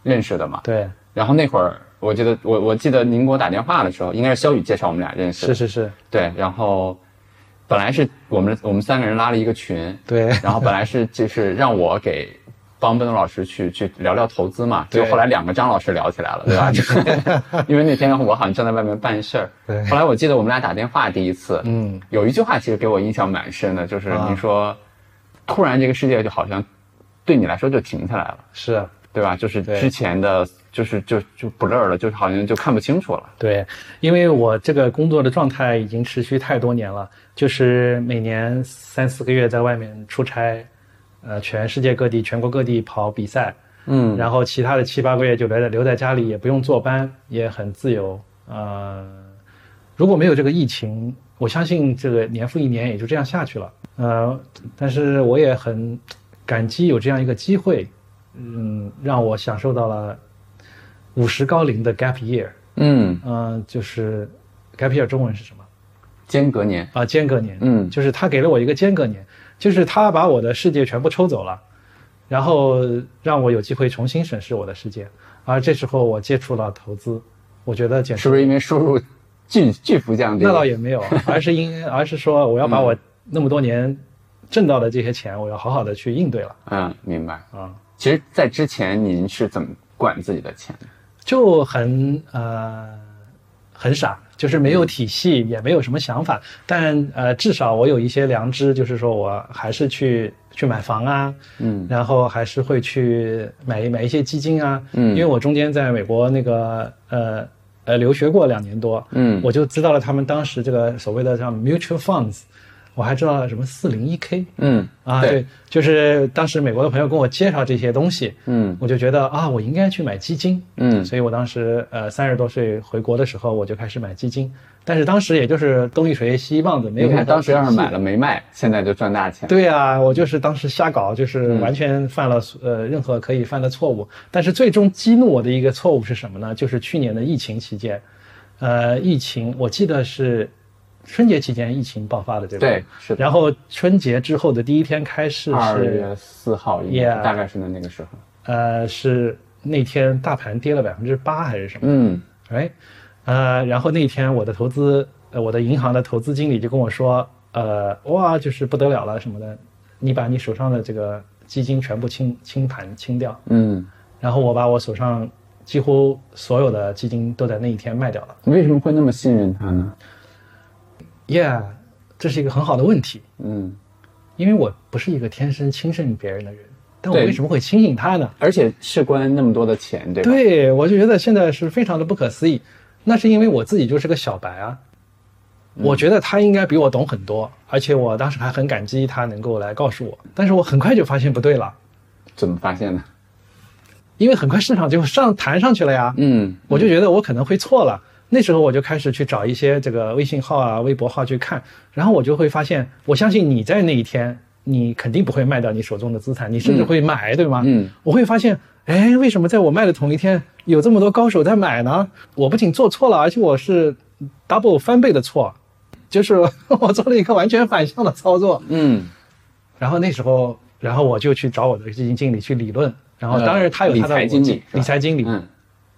Speaker 1: 认识的嘛。
Speaker 2: 对，
Speaker 1: 然后那会儿，我记得我我记得您给我打电话的时候，应该是肖宇介绍我们俩认识的。
Speaker 2: 是是是，
Speaker 1: 对，然后本来是我们我们三个人拉了一个群，
Speaker 2: 对
Speaker 1: 然后本来是就是让我给帮奔东老师去去聊聊投资嘛，
Speaker 2: 对
Speaker 1: 就后来两个张老师聊起来了，对吧？就是 因为那天我好像正在外面办事儿，
Speaker 2: 对
Speaker 1: 后来我记得我们俩打电话第一次，
Speaker 2: 嗯，
Speaker 1: 有一句话其实给我印象蛮深的，就是
Speaker 2: 啊
Speaker 1: 您说，突然这个世界就好像对你来说就停下来了，
Speaker 2: 是。
Speaker 1: 对吧？就是
Speaker 2: 对
Speaker 1: 之前的就是就就不乐了，就是好像就看不清楚了，
Speaker 2: 对，因为我这个工作的状态已经持续太多年了，就是每年三四个月在外面出差，呃，全世界各地、全国各地跑比赛，
Speaker 1: 嗯
Speaker 2: 然后其他的七八个月就留在留在家里，也不用坐班，也很自由。呃，如果没有这个疫情，我相信这个年复一年也就这样下去了。呃，但是我也很感激有这样一个机会，嗯，让我享受到了五十高龄的 gap year。
Speaker 1: 嗯，
Speaker 2: 嗯，就是 gap year 中文是什么
Speaker 1: 间隔年，
Speaker 2: 啊？间隔年，
Speaker 1: 嗯
Speaker 2: 就是他给了我一个间隔年，就是他把我的世界全部抽走了，然后让我有机会重新审视我的世界，而这时候我接触了投资，我觉得简直
Speaker 1: 是不是因为收入巨巨幅降低？
Speaker 2: 那倒也没有，而是因 而是说我要把我那么多年挣到的这些钱，我要好好的去应对了
Speaker 1: 嗯，明白。
Speaker 2: 啊。
Speaker 1: 其实，在之前您是怎么管自己的钱的？
Speaker 2: 就很呃很傻，就是没
Speaker 1: 嗯
Speaker 2: 有体系，也没有什么想法。但呃，至少我有一些良知，就是说我还是去去买房啊，
Speaker 1: 嗯
Speaker 2: 然后还是会去买买一些基金啊，
Speaker 1: 嗯
Speaker 2: 因为我中间在美国那个呃呃留学过两年多，
Speaker 1: 嗯
Speaker 2: 我就知道了他们当时这个所谓的像 mutual funds，我还知道了什么四零一 k
Speaker 1: 嗯
Speaker 2: 啊，
Speaker 1: 对，
Speaker 2: 就是当时美国的朋友跟我介绍这些东西，
Speaker 1: 嗯
Speaker 2: 我就觉得啊，我应该去买基金。
Speaker 1: 嗯
Speaker 2: 所以我当时呃三十多岁回国的时候，我就开始买基金，但是当时也就是东一锤西一棒子，没有
Speaker 1: 你看
Speaker 2: 任何
Speaker 1: 当时要是
Speaker 2: 体系
Speaker 1: 买了，没卖，现在就赚大钱。
Speaker 2: 对啊，我就是当时瞎搞，就是
Speaker 1: 嗯
Speaker 2: 完全犯了、呃任何可以犯的错误。但是最终激怒我的一个错误是什么呢？就是去年的疫情期间，呃，疫情我记得是春节期间疫情爆发的，对吧？
Speaker 1: 对是的。
Speaker 2: 然后春节之后的第一天开始
Speaker 1: 二
Speaker 2: 是
Speaker 1: 月四号应该
Speaker 2: Yeah
Speaker 1: 是大概是在那个时候。
Speaker 2: 呃，是那天大盘跌了百分之八还是什么？
Speaker 1: 嗯
Speaker 2: 哎，呃，然后那天我的投资，呃，我的银行的投资经理就跟我说，呃，哇，就是不得了了什么的，你把你手上的这个基金全部清清盘清掉。
Speaker 1: 嗯，
Speaker 2: 然后我把我手上几乎所有的基金都在那一天卖掉了。
Speaker 1: 你为什么会那么信任他呢？
Speaker 2: Yeah，这是一个很好的问题，
Speaker 1: 嗯，
Speaker 2: 因为我不是一个天生轻信别人的人，但我
Speaker 1: 对
Speaker 2: 为什么会轻信他呢？
Speaker 1: 而且事关那么多的钱，对吧？
Speaker 2: 对，我就觉得现在是非常的不可思议。那是因为我自己就是个小白啊，
Speaker 1: 嗯
Speaker 2: 我觉得他应该比我懂很多，而且我当时还很感激他能够来告诉我。但是我很快就发现不对了，
Speaker 1: 怎么发现的？
Speaker 2: 因为很快市场就上弹上去了呀，
Speaker 1: 嗯
Speaker 2: 我就觉得我可能会错了。那时候我就开始去找一些这个微信号啊、微博号去看，然后我就会发现，我相信你在那一天，你肯定不会卖掉你手中的资产，你甚至会买，对吗？
Speaker 1: 嗯，
Speaker 2: 我会发现，哎，为什么在我卖的同一天，有这么多高手在买呢？我不仅做错了，而且我是 double 翻倍的错，就是我做了一个完全反向的操作。
Speaker 1: 嗯，
Speaker 2: 然后那时候，然后我就去找我的基金经理去理论，然后当然他有他的
Speaker 1: 理财
Speaker 2: 逻
Speaker 1: 经
Speaker 2: 辑
Speaker 1: 理是吧
Speaker 2: 理财经理，
Speaker 1: 嗯，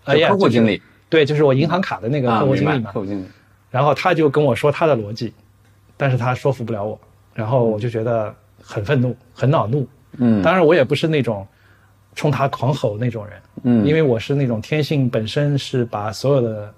Speaker 2: 哎呀
Speaker 1: 客户经理
Speaker 2: 对，就是我银行卡的那个
Speaker 1: 啊
Speaker 2: 客户
Speaker 1: 明
Speaker 2: 经
Speaker 1: 白
Speaker 2: 理嘛。
Speaker 1: 客户经理。
Speaker 2: 然后他就跟我说他的逻辑，但是他说服不了我，然后我就觉得很愤怒，很恼怒。
Speaker 1: 嗯
Speaker 2: 当然，我也不是那种冲他狂吼那种人，
Speaker 1: 嗯
Speaker 2: 因为我是那种天性本身是把所有的，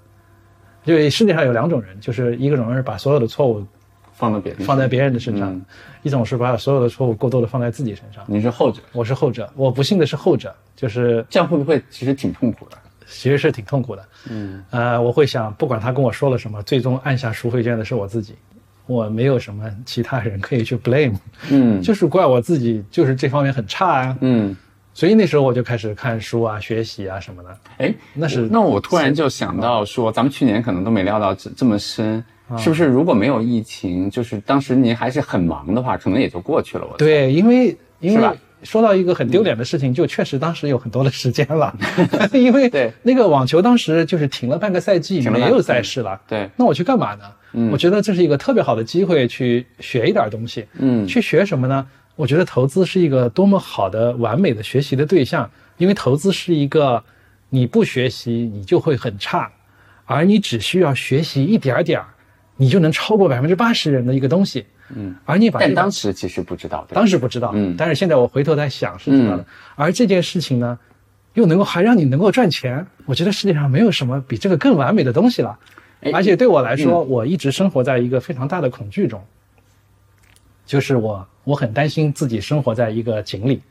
Speaker 2: 因为世界上有两种人，就是一个种人是把所有的错误
Speaker 1: 放到别人
Speaker 2: 放在别
Speaker 1: 人，
Speaker 2: 人的身上，
Speaker 1: 嗯
Speaker 2: 一种是把所有的错误过多的放在自己身上。
Speaker 1: 您是后者，
Speaker 2: 我是后者，我不幸的是后者，就是
Speaker 1: 这样会不会其实挺痛苦的？
Speaker 2: 其实是挺痛苦的。
Speaker 1: 嗯
Speaker 2: 呃，我会想，不管他跟我说了什么，最终按下赎回键的是我自己。我没有什么其他人可以去 blame，
Speaker 1: 嗯
Speaker 2: 就是怪我自己，就是这方面很差啊。
Speaker 1: 嗯，
Speaker 2: 所以那时候我就开始看书啊、学习啊什么的。
Speaker 1: 哎，
Speaker 2: 那是
Speaker 1: 那我突然就想到说，咱们去年可能都没料到这这么深，
Speaker 2: 啊
Speaker 1: 是不是？如果没有疫情，就是当时您还是很忙的话，可能也就过去了。我，
Speaker 2: 对，因为因
Speaker 1: 是
Speaker 2: 为
Speaker 1: 吧
Speaker 2: 说到一个很丢脸的事情，就确实当时有很多的时间 了，因为
Speaker 1: 对
Speaker 2: 那个网球当时就是停了半个赛季，
Speaker 1: 停了
Speaker 2: 没
Speaker 1: 半
Speaker 2: 有
Speaker 1: 个
Speaker 2: 赛
Speaker 1: 赛季嗯
Speaker 2: 事了。
Speaker 1: 对，
Speaker 2: 那我去干嘛呢？我觉得这是一个特别好的机会去学一点东西。
Speaker 1: 嗯
Speaker 2: 去学什么呢？我觉得投资是一个多么好的、完美的学习的对象，因为投资是一个你不学习你就会很差，而你只需要学习一点儿点儿，你就能超过百分之八十人的一个东西。嗯，而你把这
Speaker 1: 但
Speaker 2: 个
Speaker 1: 当时其实不知道，对吧
Speaker 2: 当时不知道，
Speaker 1: 嗯
Speaker 2: 但是现在我回头在想是知道的。
Speaker 1: 嗯
Speaker 2: 而这件事情呢，又能够还让你能够赚钱，我觉得世界上没有什么比这个更完美的东西了。
Speaker 1: 哎
Speaker 2: 而且对我来说，我一直生活在一个非常大的恐惧中，就是我我很担心自己生活在一个井里，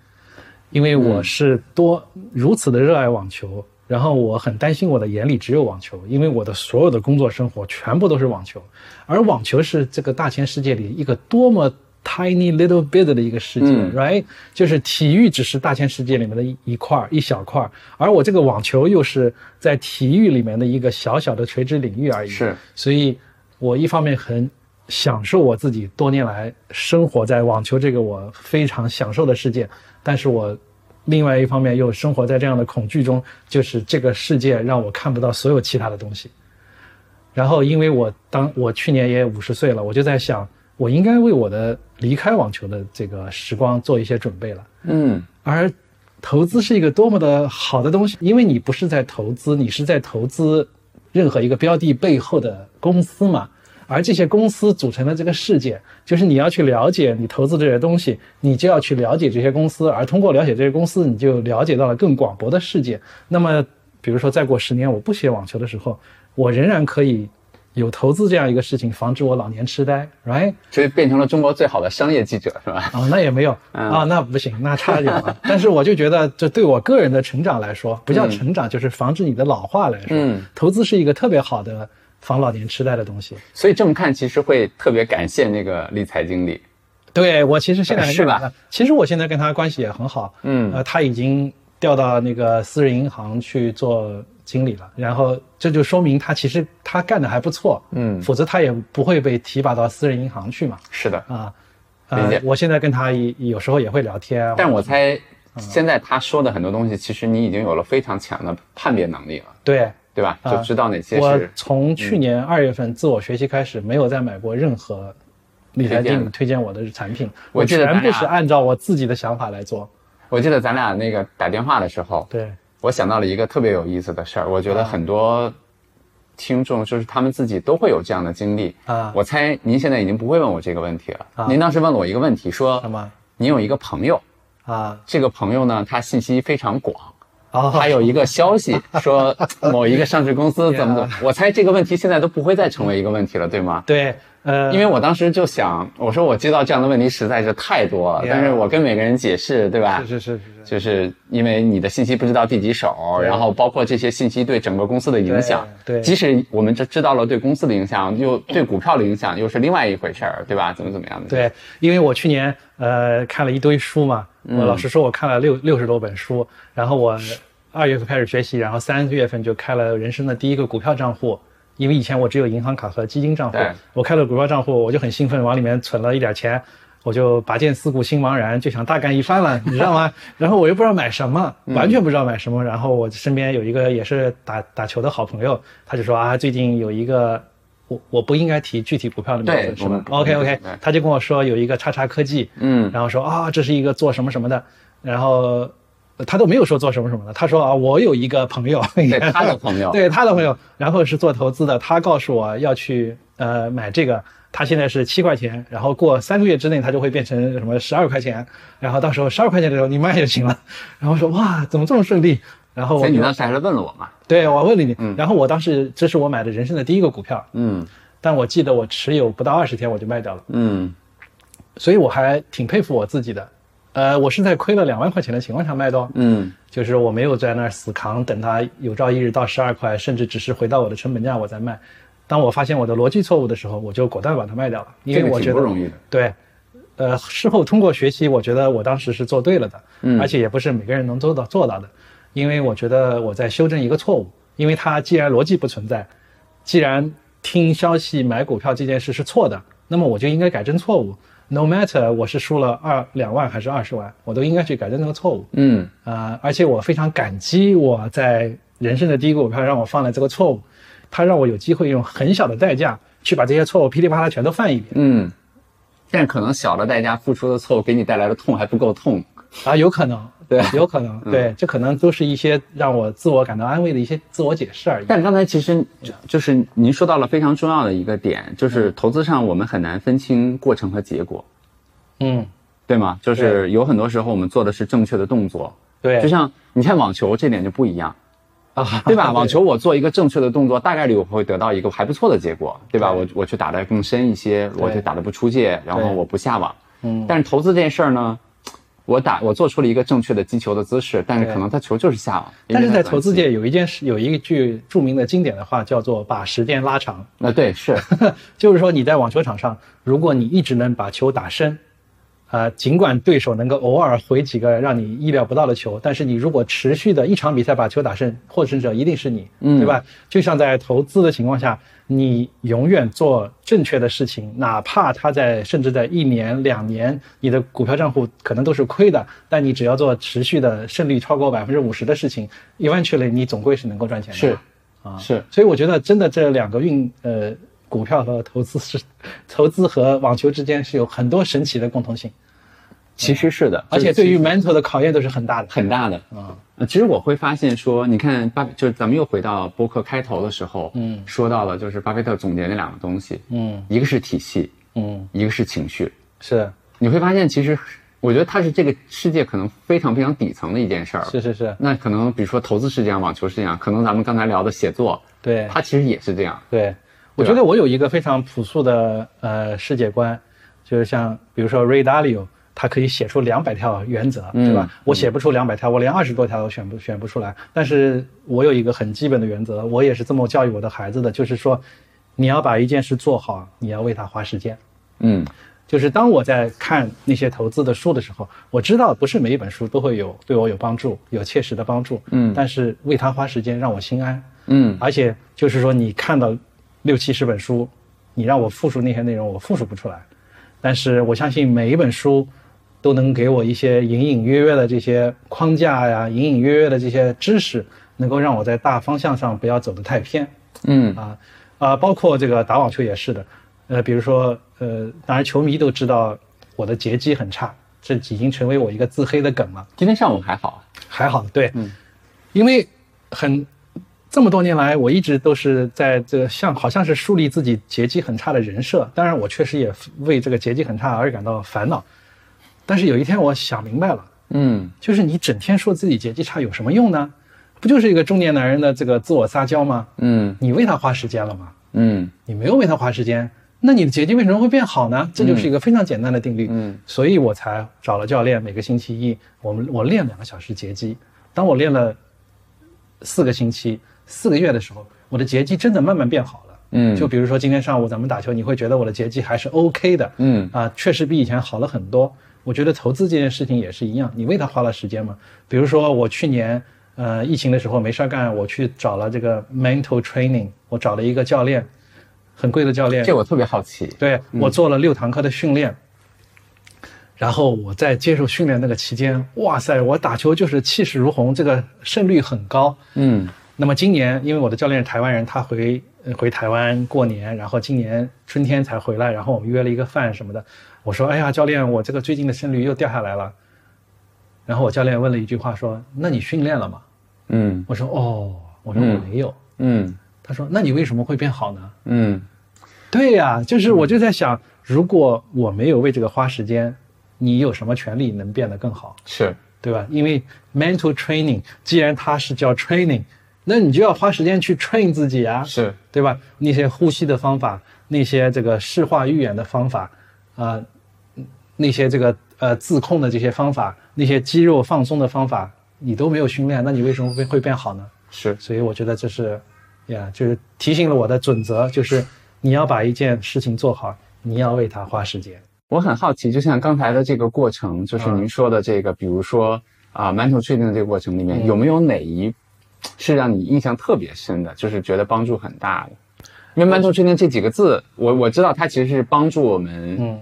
Speaker 2: 因为我
Speaker 1: 嗯
Speaker 2: 是多、如此的热爱网球，然后我很担心我的眼里只有网球，因为我的所有的工作生活全部都是网球，而网球是这个大千世界里一个多么 tiny little bit 的一个世界、
Speaker 1: 嗯
Speaker 2: r i g h t 就是体育只是大千世界里面的一一块儿一小块儿，而我这个网球又是在体育里面的一个小小的垂直领域而已。
Speaker 1: 是，
Speaker 2: 所以我一方面很享受我自己多年来生活在网球这个我非常享受的世界，但是我另外一方面又生活在这样的恐惧中，就是这个世界让我看不到所有其他的东西。然后，因为我当我去年也五十岁了，我就在想，我应该为我的离开网球的这个时光做一些准备了。
Speaker 1: 嗯
Speaker 2: 而投资是一个多么的好的东西，因为你不是在投资，你是在投资任何一个标的背后的公司嘛。而这些公司组成的这个世界，就是你要去了解你投资这些东西，你就要去了解这些公司，而通过了解这些公司，你就了解到了更广博的世界。那么，比如说再过十年我不学网球的时候，我仍然可以有投资这样一个事情，防止我老年痴呆，right？
Speaker 1: 所以变成了中国最好的商业记者，是吧？
Speaker 2: 哦，那也没有
Speaker 1: 嗯
Speaker 2: 啊、那不行，那差远了。但是我就觉得，这对我个人的成长来说，不叫成长，就是防止你的老化来说，
Speaker 1: 嗯
Speaker 2: 投资是一个特别好的防老年痴呆的东西。
Speaker 1: 所以这么看，其实会特别感谢那个理财经理。
Speaker 2: 对我其实现在很
Speaker 1: 呃是吧
Speaker 2: 感恩？呃其实我现在跟他关系也很好，
Speaker 1: 嗯
Speaker 2: 呃，他已经调到那个私人银行去做经理了，然后这就说明他其实他干的还不错，
Speaker 1: 嗯
Speaker 2: 否则他也不会被提拔到私人银行去嘛，
Speaker 1: 是的，
Speaker 2: 啊、
Speaker 1: 理
Speaker 2: 呃
Speaker 1: 解，
Speaker 2: 我现在跟他也有时候也会聊天，
Speaker 1: 但我猜
Speaker 2: 啊
Speaker 1: 现在他说的很多东西，其实你已经有了非常强的判别能力了，
Speaker 2: 对。
Speaker 1: 对吧？
Speaker 2: 啊
Speaker 1: 就知道哪些
Speaker 2: 我
Speaker 1: 是嗯
Speaker 2: 从去年二月份自我学习开始，没有再买过任何理财经理推荐我的产品，
Speaker 1: 我记得咱
Speaker 2: 全
Speaker 1: 俩
Speaker 2: 部是按照我自己的想法来做。
Speaker 1: 我记得咱俩那个打电话的时候，
Speaker 2: 对，
Speaker 1: 我想到了一个特别有意思的事儿，我觉
Speaker 2: 啊
Speaker 1: 得很多听众就是他们自己都会有这样的经历
Speaker 2: 啊
Speaker 1: 我猜您现在已经不会问我这个问题了。
Speaker 2: 啊
Speaker 1: 您当时问了我一个问题，说
Speaker 2: 什么
Speaker 1: 您有一个朋友，
Speaker 2: 啊？
Speaker 1: 这个朋友呢，他信息非常广，
Speaker 2: 哦，
Speaker 1: 他有一个消 息说某一个上市公司怎么怎么，我猜这个问题现在都不会再成为一个问题了，对吗？
Speaker 2: 对，呃，
Speaker 1: 因为我当时就想，我说我接到这样的问题实在是太多了
Speaker 2: Yeah
Speaker 1: 但是我跟每个人解释，对吧？
Speaker 2: 是是是是是，
Speaker 1: 就是因为你的信息不知道第几手，然后包括这些信息对整个公司的影响。
Speaker 2: 对对
Speaker 1: 即使我们这知道了对公司的影响，又对股票的影响又是另外一回事儿，对吧？怎么怎么样的？，
Speaker 2: 对，因为我去年呃看了一堆书嘛，
Speaker 1: 嗯
Speaker 2: 我老实说，我看了六六十多本书，然后我二月份开始学习，然后三月份就开了人生的第一个股票账户。因为以前我只有银行卡和基金账户
Speaker 1: 对，
Speaker 2: 我开了股票账户，我就很兴奋，往里面存了一点钱，我就拔剑四顾心茫然，就想大干一番了，你知道吗？ 然后我又不知道买什么，
Speaker 1: 嗯
Speaker 2: 完全不知道买什么。然后我身边有一个也是打打球的好朋友，他就说啊，最近有一个，我我不应该提具体股票的名
Speaker 1: 对
Speaker 2: 字是
Speaker 1: 我
Speaker 2: 吧
Speaker 1: 们
Speaker 2: ？OK OK，
Speaker 1: 对
Speaker 2: 他就跟我说有一个叉叉科技，
Speaker 1: 嗯
Speaker 2: 然后说啊，这是一个做什么什么的，然后呃他都没有说做什么什么的，他说啊，我有一个朋友，
Speaker 1: 对他的朋友，
Speaker 2: 对他的朋友，然后是做投资的，他告诉我要去呃买这个，他现在是七块钱，然后过三个月之内他就会变成什么十二块钱，然后到时候十二块钱的时候你卖就行了，然后说哇，怎么这么顺利？然后
Speaker 1: 所
Speaker 2: 我
Speaker 1: 以你嗯
Speaker 2: 就
Speaker 1: 当时还是问了我嘛？
Speaker 2: 对我问了你，然后我当时这是我买的人生的第一个股票，
Speaker 1: 嗯
Speaker 2: 但我记得我持有不到二十天我就卖掉了。
Speaker 1: 嗯，
Speaker 2: 所以我还挺佩服我自己的。呃，我是在亏了两万块钱的情况下卖的哦，
Speaker 1: 嗯，
Speaker 2: 就是我没有在那儿死扛，等它有朝一日到十二块，甚至只是回到我的成本价我再卖。当我发现我的逻辑错误的时候，我就果断把它卖掉了，因为我觉
Speaker 1: 这个挺不
Speaker 2: 得
Speaker 1: 容易的。
Speaker 2: 对，呃，事后通过学习，我觉得我当时是做对了的，而且也不是每个人能做到做到的，因为我觉得我在修正一个错误，因为它既然逻辑不存在，既然听消息买股票这件事是错的，那么我就应该改正错误。No matter 我是输了二两万还是二十万，我都应该去改正那个错误。
Speaker 1: 嗯
Speaker 2: 啊，而且我非常感激我在人生的第一个股票让我犯了这个错误，它让我有机会用很小的代价去把这些错误噼里啪啦全都犯一遍
Speaker 1: 嗯，但可能小的代价付出的错误给你带来的痛还不够痛。
Speaker 2: 啊，有可能，
Speaker 1: 对嗯
Speaker 2: 有可能，对，这可能都是一些让我自我感到安慰的一些自我解释而已。
Speaker 1: 但刚才其实就就是您说到了非常重要的一个点，就是投资上我们很难分清过程和结果，
Speaker 2: 嗯，
Speaker 1: 对吗？就是有很多时候我们做的是正确的动作，
Speaker 2: 对，
Speaker 1: 就像你看网球这点就不一样，
Speaker 2: 啊，
Speaker 1: 对吧？网球我做一个正确的动作，大概率我会得到一个还不错的结果，对吧？我我去打得更深一些，我就打得不出界，然后
Speaker 2: 对
Speaker 1: 我不下网。
Speaker 2: 嗯
Speaker 1: 但是投资这件事儿呢，我打我做出了一个正确的击球的姿势，但是
Speaker 2: 对
Speaker 1: 可能他球就是下网。因为
Speaker 2: 但是
Speaker 1: 它
Speaker 2: 在
Speaker 1: 短
Speaker 2: 投资
Speaker 1: 期，
Speaker 2: 界有一件事，有一句著名的经典的话叫做“把时间拉长
Speaker 1: 那对是，”，
Speaker 2: 就是说你在网球场上，如果你一直能把球打深，啊，尽管对手能够偶尔回几个让你意料不到的球，但是你如果持续的一场比赛把球打深，获胜者一定是你，
Speaker 1: 嗯
Speaker 2: 对吧？就像在投资的情况下，你永远做正确的事情，哪怕它在甚至在一年两年，你的股票账户可能都是亏的，但你只要做持续的胜率超过百分之五十的事情，eventually 你总归是能够赚钱的。
Speaker 1: 是
Speaker 2: 啊，
Speaker 1: 是
Speaker 2: 所以我觉得真的这两个运呃。股票和投资是， 投资和网球之间是有很多神奇的共同性。
Speaker 1: 其实是的，
Speaker 2: 而且
Speaker 1: 就是
Speaker 2: 对
Speaker 1: 其
Speaker 2: 于 mentor 的考验都是很大的。
Speaker 1: 很大的。
Speaker 2: 啊，
Speaker 1: 呃其实我会发现说，你看巴，就是咱们又回到播客开头的时候，
Speaker 2: 嗯
Speaker 1: 说到了就是巴菲特总结那两个东西，
Speaker 2: 嗯
Speaker 1: 一个是体系，
Speaker 2: 嗯，
Speaker 1: 一个是情绪。
Speaker 2: 是
Speaker 1: 你会发现，其实我觉得它是这个世界可能非常非常底层的一件事儿。
Speaker 2: 是是是，
Speaker 1: 那可能比如说投资是这样，网球是这样，可能咱们刚才聊的写作，
Speaker 2: 对
Speaker 1: 它其实也是这样。
Speaker 2: 对。我觉得我有一个非常朴素的呃世界观，就是像比如说 Ray Dalio，他可以写出两百条原则，对吧？我写不出两百条，我连二十多条都选不选不出来。但是我有一个很基本的原则，我也是这么教育我的孩子的，就是说，你要把一件事做好，你要为它花时间。
Speaker 1: 嗯
Speaker 2: 就是当我在看那些投资的书的时候，我知道不是每一本书都会有对我有帮助、有切实的帮助，
Speaker 1: 嗯
Speaker 2: 但是为它花时间让我心安，
Speaker 1: 嗯
Speaker 2: 而且就是说你看到六七十本书，你让我复述那些内容，我复述不出来，但是我相信每一本书都能给我一些隐隐约约的这些框架呀，隐隐约约的这些知识，能够让我在大方向上不要走得太偏，
Speaker 1: 嗯
Speaker 2: 啊啊、包括这个打网球也是的，呃，比如说呃，当然球迷都知道我的截击很差，这已经成为我一个自黑的梗了。
Speaker 1: 今天上午还好，啊
Speaker 2: 还好，嗯对，因为很这么多年来，我一直都是在这个像好像是树立自己截击很差的人设，当然我确实也为这个截击很差而感到烦恼，但是有一天我想明白了。
Speaker 1: 嗯
Speaker 2: 就是你整天说自己节气差有什么用呢？不就是一个中年男人的这个自我撒娇吗？
Speaker 1: 嗯
Speaker 2: 你为他花时间了吗？
Speaker 1: 嗯
Speaker 2: 你没有为他花时间，那你的结晶为什么会变好呢？这就是一个非常简单的定律。
Speaker 1: 嗯，
Speaker 2: 所以我才找了教练，每个星期一，我们我练两个小时截击。当我练了四个星期、四个月的时候，我的截击真的慢慢变好了。
Speaker 1: 嗯
Speaker 2: 就比如说今天上午咱们打球，你会觉得我的截击还是 OK 的。
Speaker 1: 嗯
Speaker 2: 啊，确实比以前好了很多。我觉得投资这件事情也是一样，你为它花了时间嘛。比如说我去年，呃，疫情的时候没事儿干，我去找了这个 mental training，我找了一个教练，很贵的教练，
Speaker 1: 这我特别好奇。
Speaker 2: 对我做了六堂课的训练。然后我在接受训练那个期间，哇塞，我打球就是气势如虹，这个胜率很高。
Speaker 1: 嗯
Speaker 2: 那么今年，因为我的教练是台湾人，他回呃回台湾过年，然后今年春天才回来，然后我们约了一个饭什么的。我说：“哎呀，教练，我这个最近的胜率又掉下来了。”然后我教练问了一句话说：“那你训练了吗
Speaker 1: 嗯？”
Speaker 2: 我说：“哦，我说我没有。
Speaker 1: 嗯
Speaker 2: 他说：“那你为什么会变好呢
Speaker 1: 嗯？”
Speaker 2: 对呀、就是我就在想，如果我没有为这个花时间，你有什么权利能变得更好？
Speaker 1: 是
Speaker 2: 对吧？因为 mental training，既然它是叫 training，那你就要花时间去 train 自己啊，
Speaker 1: 是
Speaker 2: 对吧？那些呼吸的方法，那些这个视化预演的方法，啊、那些这个呃自控的这些方法，那些肌肉放松的方法，你都没有训练，那你为什么会会变好呢？
Speaker 1: 是
Speaker 2: 所以我觉得这是呀、就是提醒了我的准则，就是你要把一件事情做好，你要为它花时间。
Speaker 1: 我很好奇，就像刚才的这个过程，就是
Speaker 2: 嗯
Speaker 1: 您说的这个，比如说啊，馒头确定的这个过程里
Speaker 2: 嗯
Speaker 1: 面，有没有哪一是让你印象特别深的，就是觉得帮助很大的？因为馒头确定这几个字，我我知道它其实是帮助我们
Speaker 2: 嗯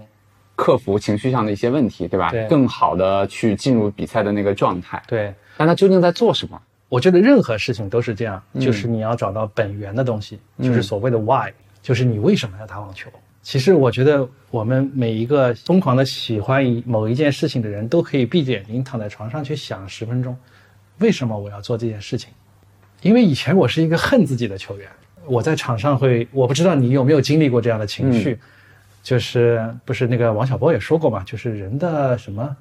Speaker 1: 克服情绪上的一些问题，对吧？
Speaker 2: 对
Speaker 1: 更好的去进入比赛的那个状态。
Speaker 2: 对，
Speaker 1: 但它究竟在做什么？
Speaker 2: 我觉得任何事情都是这样，就是你要找到本源的东西，就是所谓的 why，就是你为什么要打网球。其实我觉得我们每一个疯狂的喜欢一某一件事情的人，都可以闭着眼睛躺在床上去想十分钟，为什么我要做这件事情？因为以前我是一个恨自己的球员，我在场上会，我不知道你有没有经历过这样的情
Speaker 1: 嗯
Speaker 2: 绪，就是不是那个王小波也说过嘛，就是人的什么，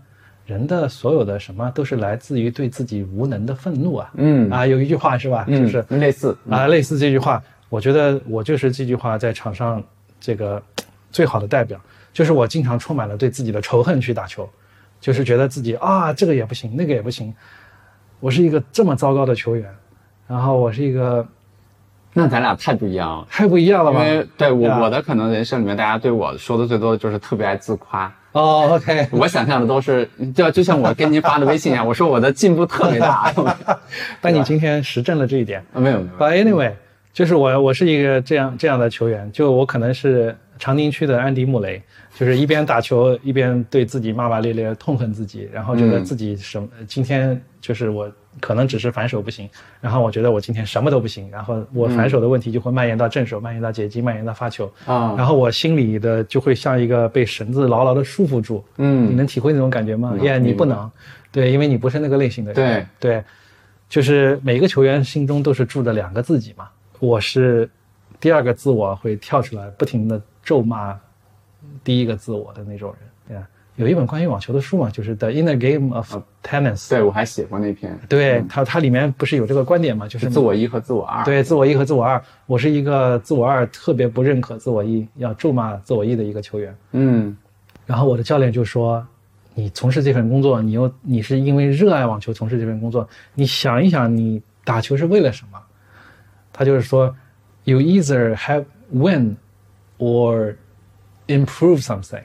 Speaker 2: 人的所有的什么都是来自于对自己无能的愤怒啊，
Speaker 1: 嗯
Speaker 2: 啊，有一句话是吧，
Speaker 1: 嗯，
Speaker 2: 就是
Speaker 1: 类似
Speaker 2: 啊，类似这句话，我觉得我就是这句话在场上这个最好的代表，就是我经常充满了对自己的仇恨去打球，就是觉得自己啊这个也不行，那个也不行，我是一个这么糟糕的球员，然后我是一个
Speaker 1: 那咱俩太不一样了。
Speaker 2: 太不一样了
Speaker 1: 因
Speaker 2: 吧？
Speaker 1: 为对我
Speaker 2: 对啊
Speaker 1: 我的可能人生里面，大家对我说的最多的就是特别爱自夸。
Speaker 2: 哦，OK，
Speaker 1: 我想象的都是，就就像我跟您发的微信一样，我说我的进步特别 大。啊
Speaker 2: 但你今天实证了这一点，
Speaker 1: 没有没有，
Speaker 2: But anyway，就是我我是一个这样这样的球员，就我可能是长宁区的安迪穆雷，就是一边打球一边对自己骂骂咧咧，痛恨自己，然后觉得
Speaker 1: 嗯
Speaker 2: 自己什么、今天就是我可能只是反手不行，然后我觉得我今天什么都不行，然后我
Speaker 1: 嗯
Speaker 2: 反手的问题就会蔓延到正手，蔓延到截击，蔓延到发球，
Speaker 1: 啊
Speaker 2: 然后我心里的就会像一个被绳子牢牢的束缚住。你
Speaker 1: 嗯，
Speaker 2: 能体会那种感觉吗？
Speaker 1: 嗯
Speaker 2: 耶、你
Speaker 1: 明白
Speaker 2: 不能，对，因为你不是那个类型的人。
Speaker 1: 对
Speaker 2: 对，就是每个球员心中都是住着两个自己嘛。我是第二个自我会跳出来，不停的咒骂第一个自我的那种人。对啊，有一本关于网球的书嘛，就是《The Inner Game of
Speaker 1: 嗯
Speaker 2: Tennis》
Speaker 1: 对我还写过那篇
Speaker 2: 对。它它里面不是有这个观点嘛，就是
Speaker 1: 是嗯自我一和自我二。，
Speaker 2: 对自我一和自我二，我是一个自我二特别不认可自我一，要咒骂自我一的一个球员。
Speaker 1: 嗯
Speaker 2: 然后我的教练就说：“你从事这份工作，你又你是因为热爱网球从事这份工作，你想一想，你打球是为了什么？”他就是说：“You either have win or improve something。”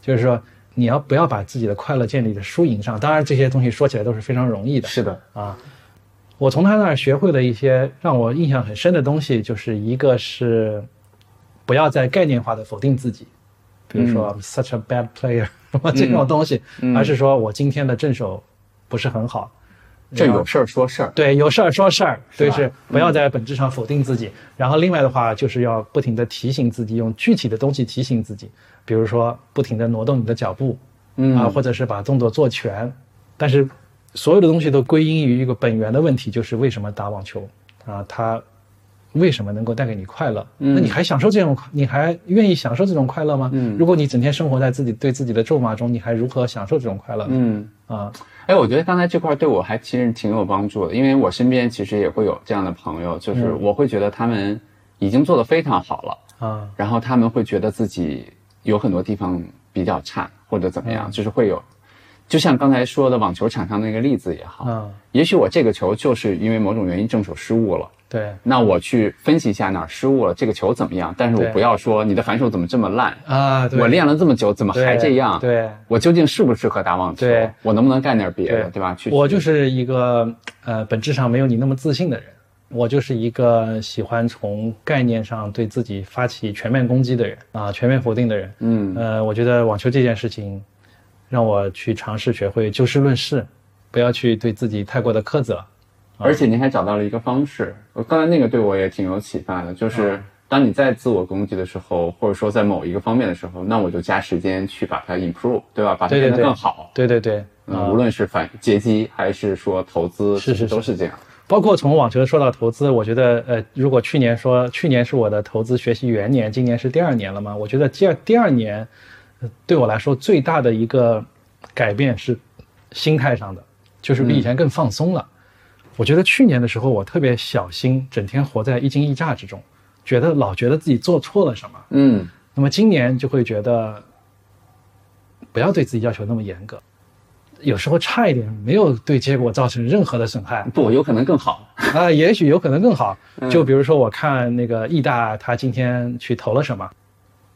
Speaker 2: 就是说你要不要把自己的快乐建立在输赢上？当然，这些东西说起来都是非常容易的。
Speaker 1: 是的，
Speaker 2: 啊，我从他那儿学会了一些让我印象很深的东西，就是一个是不要再概念化的否定自己，比如说、I'm
Speaker 1: 嗯
Speaker 2: such a bad player 什么这种东西，而是说我今天的正手不是很好，
Speaker 1: 这有事儿说事儿。
Speaker 2: 对，有事儿说事儿，
Speaker 1: 是
Speaker 2: 对，
Speaker 1: 吧嗯
Speaker 2: 是不要在本质上否定自己。然后另外的话，就是要不停的提醒自己，用具体的东西提醒自己，比如说不停的挪动你的脚步，
Speaker 1: 嗯
Speaker 2: 啊，或者是把动作做全。但是所有的东西都归因于一个本源的问题，就是为什么打网球啊？它为什么能够带给你快乐？那你还享受这种，你还愿意享受这种快乐吗？
Speaker 1: 嗯
Speaker 2: 如果你整天生活在自己对自己的咒骂中，你还如何享受这种快乐？
Speaker 1: 嗯，
Speaker 2: 啊，
Speaker 1: 哎，我觉得刚才这块对我还其实挺有帮助的，因为我身边其实也会有这样的朋友，就是
Speaker 2: 嗯
Speaker 1: 我会觉得他们已经做得非常好了，
Speaker 2: 啊，
Speaker 1: 然后他们会觉得自己有很多地方比较差或者怎么
Speaker 2: 嗯
Speaker 1: 样，就是会有，就像刚才说的网球场上那个例子也好，
Speaker 2: 啊，
Speaker 1: 也许我这个球就是因为某种原因正手失误了，
Speaker 2: 对。
Speaker 1: 那我去分析一下哪儿失误了，这个球怎么样？但是我
Speaker 2: 对
Speaker 1: 不要说你的反手怎么这么烂，
Speaker 2: 啊，对
Speaker 1: 我练了这么久怎么
Speaker 2: 啊对
Speaker 1: 还这样？
Speaker 2: 对，
Speaker 1: 我究竟适不适合打网球
Speaker 2: 对？
Speaker 1: 我能不能干点别的？
Speaker 2: 对
Speaker 1: 对吧？去
Speaker 2: 我就是一个呃，本质上没有你那么自信的人。我就是一个喜欢从概念上对自己发起全面攻击的人啊，全面否定的人。
Speaker 1: 嗯
Speaker 2: 呃，我觉得网球这件事情，让我去尝试学会就事论事，不要去对自己太过的苛责。
Speaker 1: 而且您还找到了一个方式，我刚才那个对我也挺有启发的，
Speaker 2: 嗯
Speaker 1: 就是当你在自我攻击的时候，或者说在某一个方面的时候，那我就加时间去把它 improve，对吧？把它
Speaker 2: 对对
Speaker 1: 变得
Speaker 2: 对
Speaker 1: 更好。
Speaker 2: 对对对，
Speaker 1: 嗯，无论是反截击还是说投资，
Speaker 2: 是是是
Speaker 1: 都是这样。
Speaker 2: 包括从网球说到投资，我觉得呃，如果去年说去年是我的投资学习元年，今年是第二年了嘛，我觉得第二第二年、呃对我来说最大的一个改变是心态上的，就是比以前更放松了。我觉得去年的时候我特别小心，整天活在一惊一乍之中，觉得老觉得自己做错了什么。
Speaker 1: 嗯，
Speaker 2: 那么今年就会觉得，不要对自己要求那么严格，有时候差一点没有对结果造成任何的损害。
Speaker 1: 不，有可能更好。
Speaker 2: 啊、也许有可能更好。
Speaker 1: 嗯
Speaker 2: 就比如说，我看那个艺大，他今天去投了什么，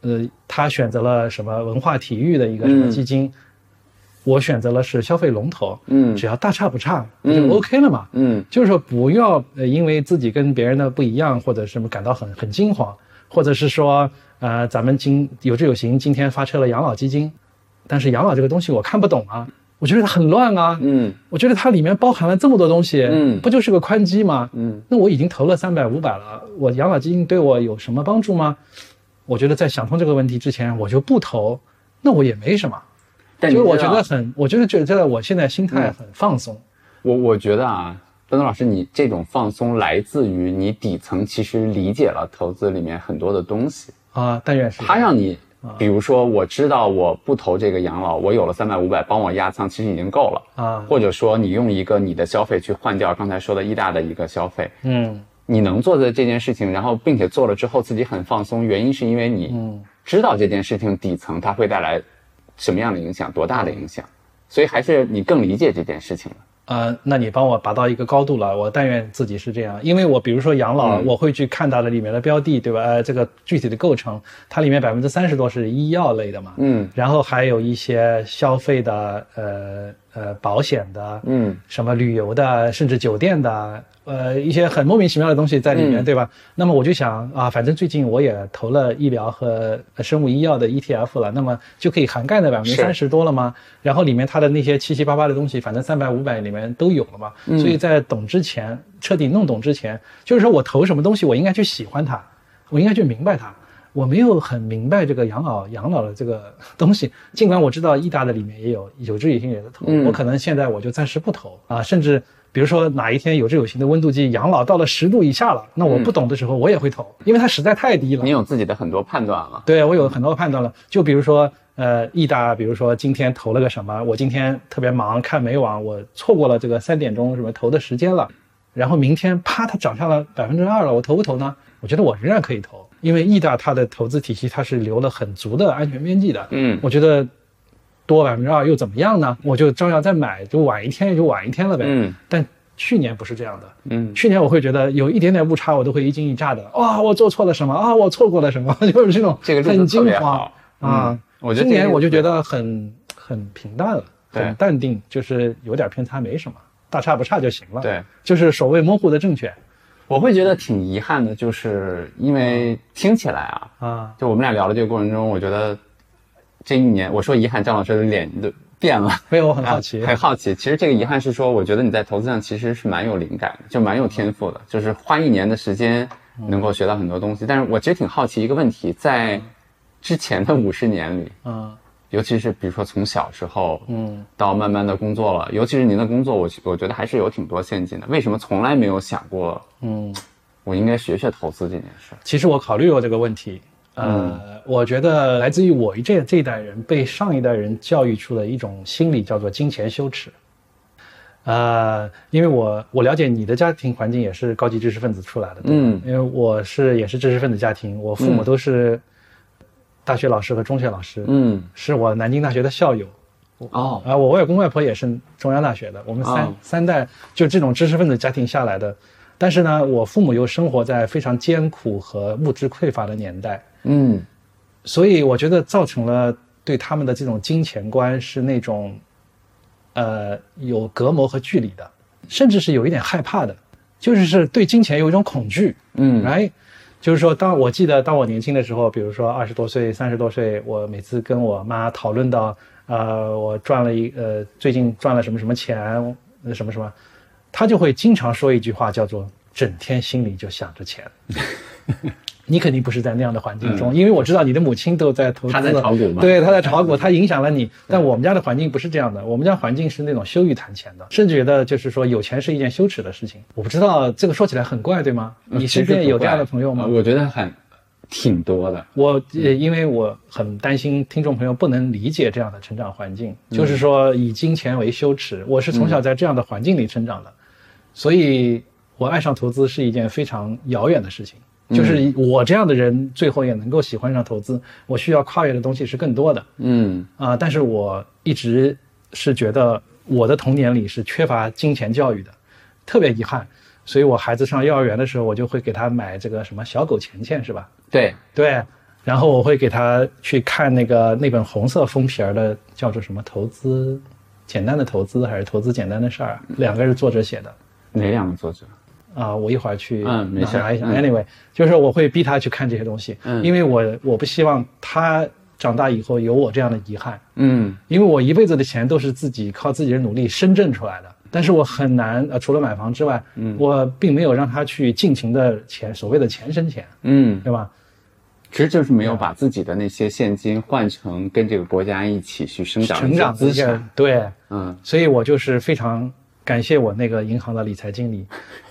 Speaker 2: 呃，他选择了什么文化体育的一个什么基金，我选择了是消费龙头，
Speaker 1: 嗯
Speaker 2: 只要大差不差，不
Speaker 1: 嗯
Speaker 2: 就 OK 了嘛。
Speaker 1: 嗯
Speaker 2: 就是说不要呃因为自己跟别人的不一样或者什么感到很很惊慌，或者是说呃咱们今有志有行今天发车了养老基金，但是养老这个东西我看不懂啊，我觉得它很乱啊，
Speaker 1: 嗯
Speaker 2: 我觉得它里面包含了这么多东西，
Speaker 1: 嗯
Speaker 2: 不就是个宽基吗？
Speaker 1: 嗯
Speaker 2: 那我已经投了三百五百了，我养老基金对我有什么帮助吗？我觉得在想通这个问题之前，我就不投，那我也没什么。
Speaker 1: 但
Speaker 2: 就是
Speaker 1: 你
Speaker 2: 我
Speaker 1: 知
Speaker 2: 觉
Speaker 1: 道
Speaker 2: 得很，我就是觉得我现在心态很放松。
Speaker 1: 我我觉得啊，奔东老师，你这种放松来自于你底层其实理解了投资里面很多的东西，
Speaker 2: 啊，但愿是
Speaker 1: 它让你，
Speaker 2: 啊
Speaker 1: 比如说我知道我不投这个养老，我有了三百五百帮我压仓，其实已经够了。
Speaker 2: 啊，
Speaker 1: 或者说你用一个你的消费去换掉刚才说的医大的一个消费，
Speaker 2: 嗯
Speaker 1: 你能做的这件事情，然后并且做了之后自己很放松，原因是因为你
Speaker 2: 嗯
Speaker 1: 知道这件事情底层它会带来什么样的影响，多大的影响，所以还是你更理解这件事情了。
Speaker 2: 呃，那你帮我拔到一个高度了，我但愿自己是这样，因为我比如说养老，
Speaker 1: 嗯
Speaker 2: 我会去看它的里面的标的，对吧？呃，这个具体的构成，它里面百分之三十多是医药类的嘛，
Speaker 1: 嗯
Speaker 2: 然后还有一些消费的，呃呃，保险的，
Speaker 1: 嗯
Speaker 2: 什么旅游的，甚至酒店的，呃，一些很莫名其妙的东西在里面，
Speaker 1: 嗯
Speaker 2: 对吧？那么我就想啊，反正最近我也投了医疗和呃生物医药的 ETF 了，那么就可以涵盖的百分之三十多了吗？然后里面它的那些七七八八的东西，反正三百五百里面都有了嘛。所以在懂之前，彻底弄懂之前，就是说我投什么东西，我应该去喜欢它，我应该去明白它。我没有很明白这个养老养老的这个东西，尽管我知道易达的里面也有有志有行也在投，
Speaker 1: 嗯
Speaker 2: 我可能现在我就暂时不投啊，甚至比如说哪一天有志有行的温度计养老到了十度以下了，那我不懂的时候我也会投，因为它实在太低了
Speaker 1: 你。有自己的很多判断了。
Speaker 2: 对我有很多判断了，就比如说呃易达，比如说今天投了个什么，我今天特别忙看美网，我错过了这个三点钟什么投的时间了，然后明天啪它涨上了百分之二了，我投不投呢？我觉得我仍然可以投，因为易达它的投资体系它是留了很足的安全边际的，
Speaker 1: 嗯
Speaker 2: 我觉得多百分之二又怎么样呢？我就照样再买，就晚一天也就晚一天了呗。
Speaker 1: 嗯
Speaker 2: 但去年不是这样的，
Speaker 1: 嗯
Speaker 2: 去年我会觉得有一点点误差，我都会一惊一乍的，啊、我做错了什么啊，我错过了什么， 就是这种
Speaker 1: 这个例
Speaker 2: 很
Speaker 1: 子特
Speaker 2: 惊
Speaker 1: 别
Speaker 2: 慌
Speaker 1: 好
Speaker 2: 啊、
Speaker 1: 嗯我觉得
Speaker 2: 今
Speaker 1: 这
Speaker 2: 年
Speaker 1: 个
Speaker 2: 我就觉得很很平淡了，
Speaker 1: 对
Speaker 2: 很淡定，就是有点偏差没什么，大差不差就行了。
Speaker 1: 对，
Speaker 2: 就是所谓模糊的正确
Speaker 1: 我会觉得挺遗憾的，就是因为听起来啊，
Speaker 2: 啊，
Speaker 1: 就我们俩聊的这个过程中，我觉得这一年，我说遗憾，张老师的脸都变了。
Speaker 2: 没有，我很好奇嗯
Speaker 1: 啊很好奇。其实这个遗憾是说，我觉得你在投资上其实是蛮有灵感的，就蛮有天赋的，就是花一年的时间
Speaker 2: 嗯
Speaker 1: 能够学到很多东西。但是我其实挺好奇一个问题，在之前的五十年里，
Speaker 2: 啊，
Speaker 1: 尤其是比如说从小时候，
Speaker 2: 嗯
Speaker 1: 到慢慢的工作了，尤其是您的工作，我我觉得还是有挺多陷阱的。为什么从来没有想过
Speaker 2: 嗯。
Speaker 1: 我应该学学投资这件事儿？
Speaker 2: 其实我考虑过这个问题，呃，
Speaker 1: 嗯
Speaker 2: 我觉得来自于我这这一代人被上一代人教育出的一种心理，叫做金钱羞耻。呃，因为我我了解你的家庭环境也是高级知识分子出来的，对吧啊
Speaker 1: 嗯
Speaker 2: 因为我是也是知识分子家庭，我父母
Speaker 1: 嗯
Speaker 2: 都是大学老师和中学老师，
Speaker 1: 嗯，
Speaker 2: 是我南京大学的校友，
Speaker 1: 哦，
Speaker 2: 啊，我外公外婆也是中央大学的，我们三、
Speaker 1: 哦
Speaker 2: 三代就这种知识分子家庭下来的。但是呢，我父母又生活在非常艰苦和物质匮乏的年代，
Speaker 1: 嗯
Speaker 2: 所以我觉得造成了对他们的这种金钱观是那种，呃，有隔膜和距离的，甚至是有一点害怕的，就是是对金钱有一种恐惧。
Speaker 1: 嗯
Speaker 2: 哎，就是说，当我记得当我年轻的时候，比如说二十多岁、三十多岁，我每次跟我妈讨论到，呃，我赚了一呃，最近赚了什么什么钱，呃什么什么，她就会经常说一句话，叫做“整天心里就想着钱” 。你肯定不是在那样的环境中，因为我知道你的母亲都在投资，
Speaker 1: 她在炒股嘛
Speaker 2: 对，她在炒股，她影响了你。但我们家的环境不是这样的，我们家环境是那种羞于谈钱的，甚至觉得就是说有钱是一件羞耻的事情。我不知道这个说起来很怪，对吗？
Speaker 1: 嗯
Speaker 2: 你身边有这样的朋友吗
Speaker 1: 呃？我觉得很挺多的。
Speaker 2: 我呃，因为我很担心听众朋友不能理解这样的成长环境，就是说以金钱为羞耻。我是从小在这样的环境里成长的，所以我爱上投资是一件非常遥远的事情。就是我这样的人最后也能够喜欢上投资，我需要跨越的东西是更多的
Speaker 1: 嗯
Speaker 2: 啊、但是我一直是觉得我的童年里是缺乏金钱教育的，特别遗憾。所以我孩子上幼儿园的时候，我就会给他买这个什么小狗钱钱是吧？
Speaker 1: 对，
Speaker 2: 对，然后我会给他去看那个那本红色封皮儿的，叫做什么投资简单的投资还是投资简单的事儿，啊两个是作者写的。
Speaker 1: 哪两个作者？
Speaker 2: 啊、我一会儿去
Speaker 1: 嗯没
Speaker 2: 拿
Speaker 1: 事儿
Speaker 2: 拿一下。
Speaker 1: 嗯
Speaker 2: Anyway，就是我会逼他去看这些东西，
Speaker 1: 嗯
Speaker 2: 因为我我不希望他长大以后有我这样的遗憾，
Speaker 1: 嗯
Speaker 2: 因为我一辈子的钱都是自己靠自己的努力深挣出来的。但是我很难，呃，除了买房之外，
Speaker 1: 嗯
Speaker 2: 我并没有让他去尽情的钱，所谓的钱生钱，
Speaker 1: 嗯，
Speaker 2: 对吧？
Speaker 1: 其实就是没有把自己的那些现金换成跟这个国家一起去生长的一
Speaker 2: 成
Speaker 1: 些
Speaker 2: 长
Speaker 1: 资
Speaker 2: 的一
Speaker 1: 产
Speaker 2: 些。对，
Speaker 1: 嗯
Speaker 2: 所以我就是非常感谢我那个银行的理财 经理，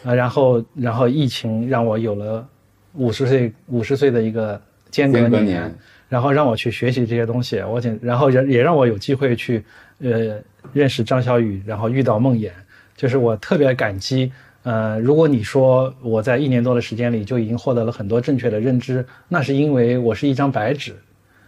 Speaker 2: 呃，然后然后疫情让我有了五十岁五十岁的一个间隔
Speaker 1: 间隔
Speaker 2: 年，
Speaker 1: 年
Speaker 2: 然后让我去学习这些东西，我简然后也也让我有机会去呃认识张小雨，然后遇到梦魇，就是我特别感激。呃，如果你说我在一年多的时间里就已经获得了很多正确的认知，那是因为我是一张白纸，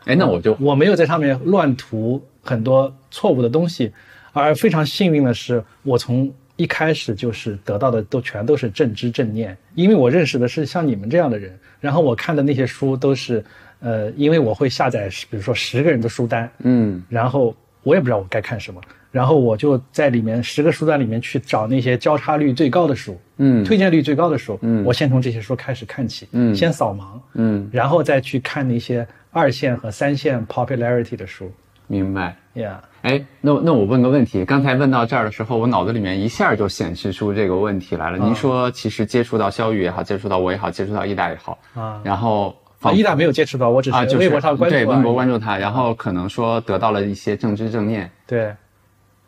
Speaker 1: 哎，那我就
Speaker 2: 我没有在上面乱涂很多错误的东西，而非常幸运的是，我从一开始就是得到的都全都是正知正念，因为我认识的是像你们这样的人，然后我看的那些书都是，呃，因为我会下载十，比如说十个人的书单，
Speaker 1: 嗯
Speaker 2: 然后我也不知道我该看什么，然后我就在里面十个书单里面去找那些交叉率最高的书，
Speaker 1: 嗯
Speaker 2: 推荐率最高的书，
Speaker 1: 嗯
Speaker 2: 我先从这些书开始看起，
Speaker 1: 嗯
Speaker 2: 先扫盲，
Speaker 1: 嗯，
Speaker 2: 然后再去看那些二线和三线 popularity 的书。
Speaker 1: 明白。
Speaker 2: Yeah，
Speaker 1: 哎，那那我问个问题，刚才问到这儿的时候，我脑子里面一下就显示出这个问题来
Speaker 2: 嗯
Speaker 1: 了。您说，其实接触到肖宇也好，接触到我也好，接触到意大也好，
Speaker 2: 啊
Speaker 1: 然后
Speaker 2: 啊，伊达没有接触到，我只
Speaker 1: 啊，就是
Speaker 2: 微博上关注而已、
Speaker 1: 对微博关注他，然后可能说得到了一些政治正念，
Speaker 2: 对，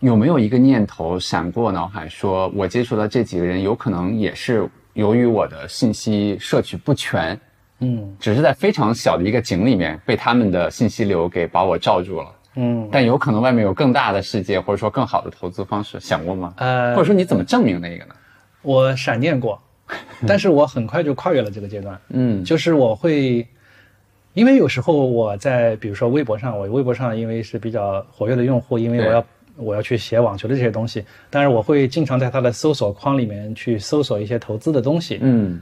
Speaker 1: 有没有一个念头闪过脑海说，我接触到这几个人，有可能也是由于我的信息摄取不全，
Speaker 2: 嗯
Speaker 1: 只是在非常小的一个井里面被他们的信息流给把我罩住了，
Speaker 2: 嗯，
Speaker 1: 但有可能外面有更大的世界，或者说更好的投资方式，想过吗？
Speaker 2: 呃
Speaker 1: 或者说你怎么证明那个呢？
Speaker 2: 我闪念过，但是我很快就跨越了这个阶段，
Speaker 1: 嗯，
Speaker 2: 就是我会。因为有时候我在，比如说微博上，我微博上因为是比较活跃的用户，因为
Speaker 1: 对
Speaker 2: 我要我要去写网球的这些东西，但是我会经常在它的搜索框里面去搜索一些投资的东西，
Speaker 1: 嗯，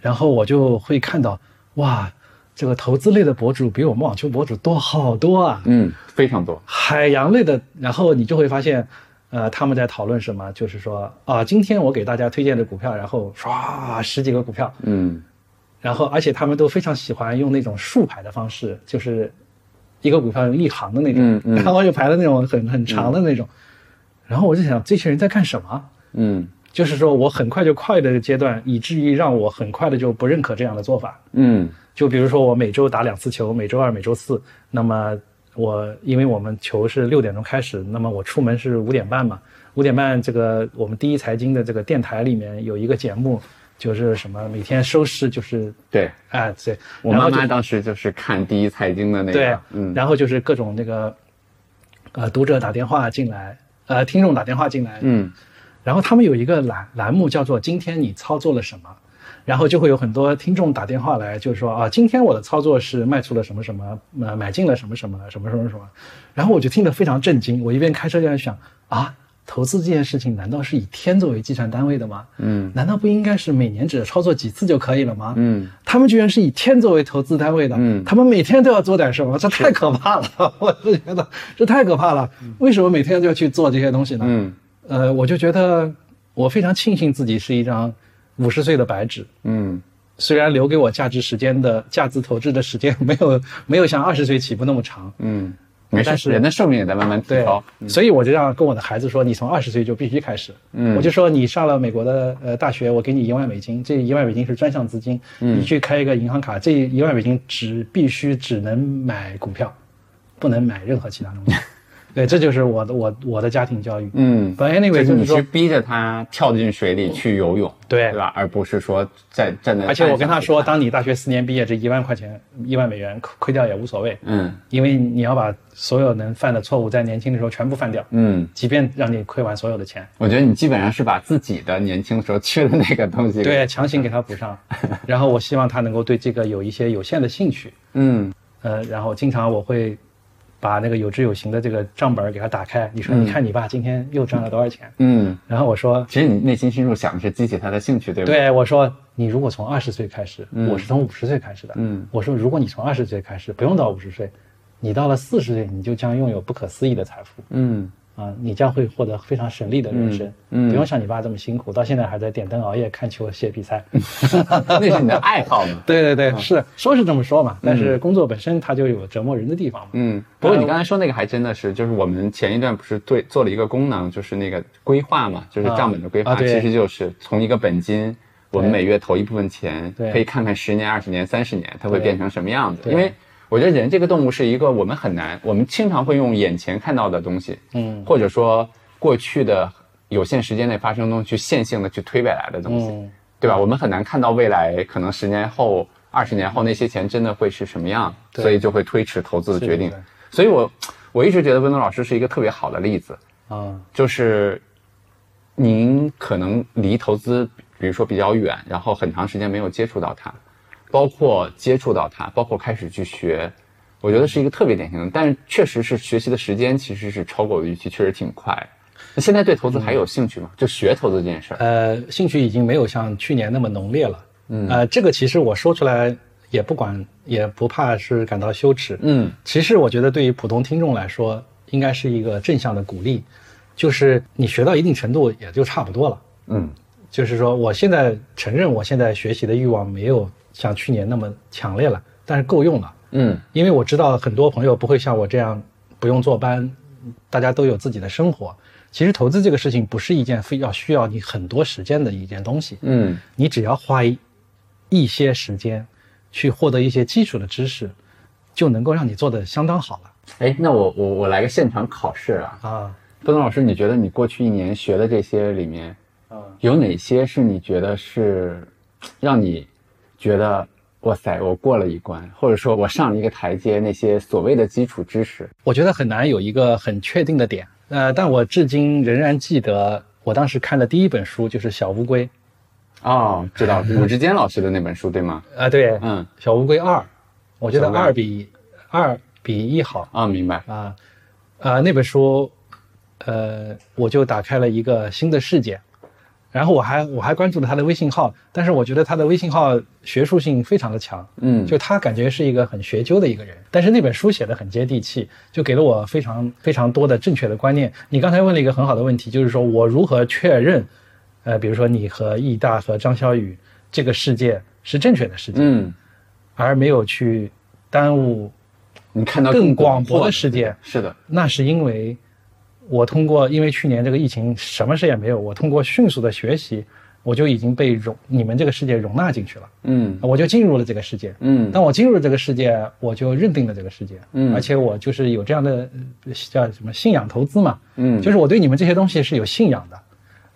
Speaker 2: 然后我就会看到，哇，这个投资类的博主比我们网球博主多好多啊，
Speaker 1: 嗯，非常多，
Speaker 2: 海洋类的。然后你就会发现，呃，他们在讨论什么，就是说啊，今天我给大家推荐的股票，然后唰十几个股票，
Speaker 1: 嗯
Speaker 2: 然后而且他们都非常喜欢用那种竖排的方式，就是一个股票用一行的那种，
Speaker 1: 嗯嗯
Speaker 2: 然后就排的那种很很长的那种。然后我就想，这些人在干什么？
Speaker 1: 嗯
Speaker 2: 就是说我很快就跨越了这个阶段，以至于让我很快的就不认可这样的做法。
Speaker 1: 嗯
Speaker 2: 就比如说我每周打两次球，每周二、每周四，那么我因为我们球是六点钟开始，那么我出门是五点半嘛，五点半这个我们第一财经的这个电台里面有一个节目，就是什么每天收视就是
Speaker 1: 对
Speaker 2: 哎对，
Speaker 1: 我
Speaker 2: 然
Speaker 1: 妈
Speaker 2: 后就
Speaker 1: 妈当时就是看第一财经的那
Speaker 2: 对
Speaker 1: 个，，嗯
Speaker 2: 然后就是各种那个呃读者打电话进来，呃听众打电话进来，
Speaker 1: 嗯
Speaker 2: 然后他们有一个栏栏目叫做“今天你操作了什么”，然后就会有很多听众打电话来，就说啊，今天我的操作是卖出了什么什么，呃，买进了什么什么什么什么什么，然后我就听得非常震惊，我一边开车一边想啊。投资这件事情难道是以天作为计算单位的吗？
Speaker 1: 嗯，
Speaker 2: 难道不应该是每年只操作几次就可以了吗？
Speaker 1: 嗯，
Speaker 2: 他们居然是以天作为投资单位的，
Speaker 1: 嗯
Speaker 2: 他们每天都要做点什么，这太可怕了，我就觉得这太可怕了。为什么每天都要去做这些东西呢？
Speaker 1: 嗯
Speaker 2: 呃，我就觉得我非常庆幸自己是一张五十岁的白纸，
Speaker 1: 嗯
Speaker 2: 虽然留给我价值时间的价值投资的时间 没有没有像二十岁起步那么长，
Speaker 1: 嗯，没
Speaker 2: 但
Speaker 1: 事，
Speaker 2: 是
Speaker 1: 人的寿命也在慢慢提
Speaker 2: 对
Speaker 1: 高，，
Speaker 2: 所以我就让跟我的孩子说，你从二十岁就必须开始。
Speaker 1: 嗯
Speaker 2: 我就说你上了美国的呃大学，我给你一万美金，这一万美金是专项资金，
Speaker 1: 嗯
Speaker 2: 你去开一个银行卡，这一万美金只必须只能买股票，不能买任何其 他东西。对，这就是我的我我的家庭教育。
Speaker 1: 嗯，
Speaker 2: 反正 anyway
Speaker 1: 就是
Speaker 2: 就是
Speaker 1: 你
Speaker 2: 说
Speaker 1: 去，逼着他跳进水里去游泳，
Speaker 2: 对
Speaker 1: 对吧？而不是说在站在。
Speaker 2: 而且我跟他说，，当你大学四年毕业，这一万块钱、一万美元亏亏掉也无所谓，
Speaker 1: 嗯
Speaker 2: 因为你要把所有能犯的错误在年轻的时候全部犯掉，
Speaker 1: 嗯，
Speaker 2: 即便让你亏完所有的钱，
Speaker 1: 我觉得你基本上是把自己的年轻时候缺的那个东西，，
Speaker 2: 对，强行给他补上。然后我希望他能够对这个有一些有限的兴趣，
Speaker 1: 嗯
Speaker 2: 呃，然后经常我会把那个有知有行的这个账本儿给他打开，你说你看你爸今天又赚了多少钱？
Speaker 1: 嗯，
Speaker 2: 然后我说，
Speaker 1: 其实你内心深处想的是激起他的兴趣，对吧？，
Speaker 2: 对我说你如果从二十岁开始，
Speaker 1: 嗯
Speaker 2: 我是从五十岁开始的，
Speaker 1: 嗯
Speaker 2: 我说如果你从二十岁开始，不用到五十岁，你到了四十岁，你就将拥有不可思议的财富
Speaker 1: 嗯
Speaker 2: 啊，你将会获得非常省力的人生，
Speaker 1: 嗯嗯
Speaker 2: 不用像你爸这么辛苦，到现在还在点灯熬夜看球写比赛。
Speaker 1: 那是你的爱好嘛。
Speaker 2: 对对嗯对，是说是这么说嘛，但是工作本身它就有折磨人的地方嘛。
Speaker 1: 嗯，不过你刚才说那个还真的是，就是我们前一段不是对做了一个功能，就是那个规划嘛，就是账本的规划，
Speaker 2: 啊啊对
Speaker 1: 其实就是从一个本金，我们
Speaker 2: 对
Speaker 1: 每月投一部分钱
Speaker 2: 对，
Speaker 1: 可以看看十年、二十年、三十年它会
Speaker 2: 对
Speaker 1: 变成什么样子。
Speaker 2: 对
Speaker 1: 因为我觉得人这个动物是一个我们很难，我们经常会用眼前看到的东西，
Speaker 2: 嗯
Speaker 1: 或者说过去的有限时间内发生的东西去线性的去推未来的东西，
Speaker 2: 嗯，
Speaker 1: 对吧？我们很难看到未来可能十年后、二十年后那些钱真的会是什么样，
Speaker 2: 对
Speaker 1: 所以就会推迟投资的决定
Speaker 2: 是的。
Speaker 1: 所以我我一直觉得温东老师是一个特别好的例子，
Speaker 2: 啊，
Speaker 1: 就是您可能离投资，比如说比较远，然后很长时间没有接触到它，包括接触到它，包括开始去学。我觉得是一个特别典型的，但是确实是学习的时间其实是超过我预期，确实挺快。那现在对投资
Speaker 2: 嗯
Speaker 1: 还有兴趣吗？就学投资这件事儿？
Speaker 2: 呃，兴趣已经没有像去年那么浓烈了。嗯，呃，这个其实我说出来也不管，也不怕是感到羞耻。
Speaker 1: 嗯
Speaker 2: 其实我觉得对于普通听众来说，应该是一个正向的鼓励，就是你学到一定程度也就差不多了。
Speaker 1: 嗯
Speaker 2: 就是说，我现在承认我现在学习的欲望没有像去年那么强烈了，但是够用了。
Speaker 1: 嗯
Speaker 2: 因为我知道很多朋友不会像我这样不用坐班，大家都有自己的生活。其实投资这个事情不是一件非要需要你很多时间的一件东西，
Speaker 1: 嗯
Speaker 2: 你只要花一一些时间去获得一些基础的知识，就能够让你做得相当好了
Speaker 1: 哎，那我我我来个现场考试啊！
Speaker 2: 啊。
Speaker 1: 东东老师，你觉得你过去一年学的这些里面，
Speaker 2: 嗯，
Speaker 1: 有哪些是你觉得是让你觉得哇塞，我过了一关，或者说我上了一个台阶？那些所谓的基础知识，
Speaker 2: 我觉得很难有一个很确定的点，呃，但我至今仍然记得我当时看的第一本书就是《小乌龟》
Speaker 1: 哦，知道武志坚老师的那本书对吗？
Speaker 2: 啊、对，
Speaker 1: 嗯
Speaker 2: 小乌龟二》，我觉得
Speaker 1: 小乌龟
Speaker 2: 二比二比一好。
Speaker 1: 啊，明白。
Speaker 2: 啊，啊，那本书，呃，我就打开了一个新的世界，然后我还我还关注了他的微信号，但是我觉得他的微信号学术性非常的强，
Speaker 1: 嗯，
Speaker 2: 就他感觉是一个很学究的一个人，但是那本书写的很接地气，就给了我非常非常多的正确的观念。你刚才问了一个很好的问题，就是说我如何确认，呃，比如说你和易大和张小雨这个世界是正确的世界，
Speaker 1: 嗯，
Speaker 2: 而没有去耽误
Speaker 1: 你看到
Speaker 2: 更广
Speaker 1: 阔
Speaker 2: 博的世界，
Speaker 1: 是的，
Speaker 2: 那是因为我通过，因为去年这个疫情什么事也没有，我通过迅速的学习，我就已经被容你们这个世界容纳进去了，
Speaker 1: 嗯
Speaker 2: 我就进入了这个世界。
Speaker 1: 嗯
Speaker 2: 当我进入了这个世界，我就认定了这个世界，
Speaker 1: 嗯
Speaker 2: 而且我就是有这样的呃叫什么信仰投资嘛，
Speaker 1: 嗯，
Speaker 2: 就是我对你们这些东西是有信仰的。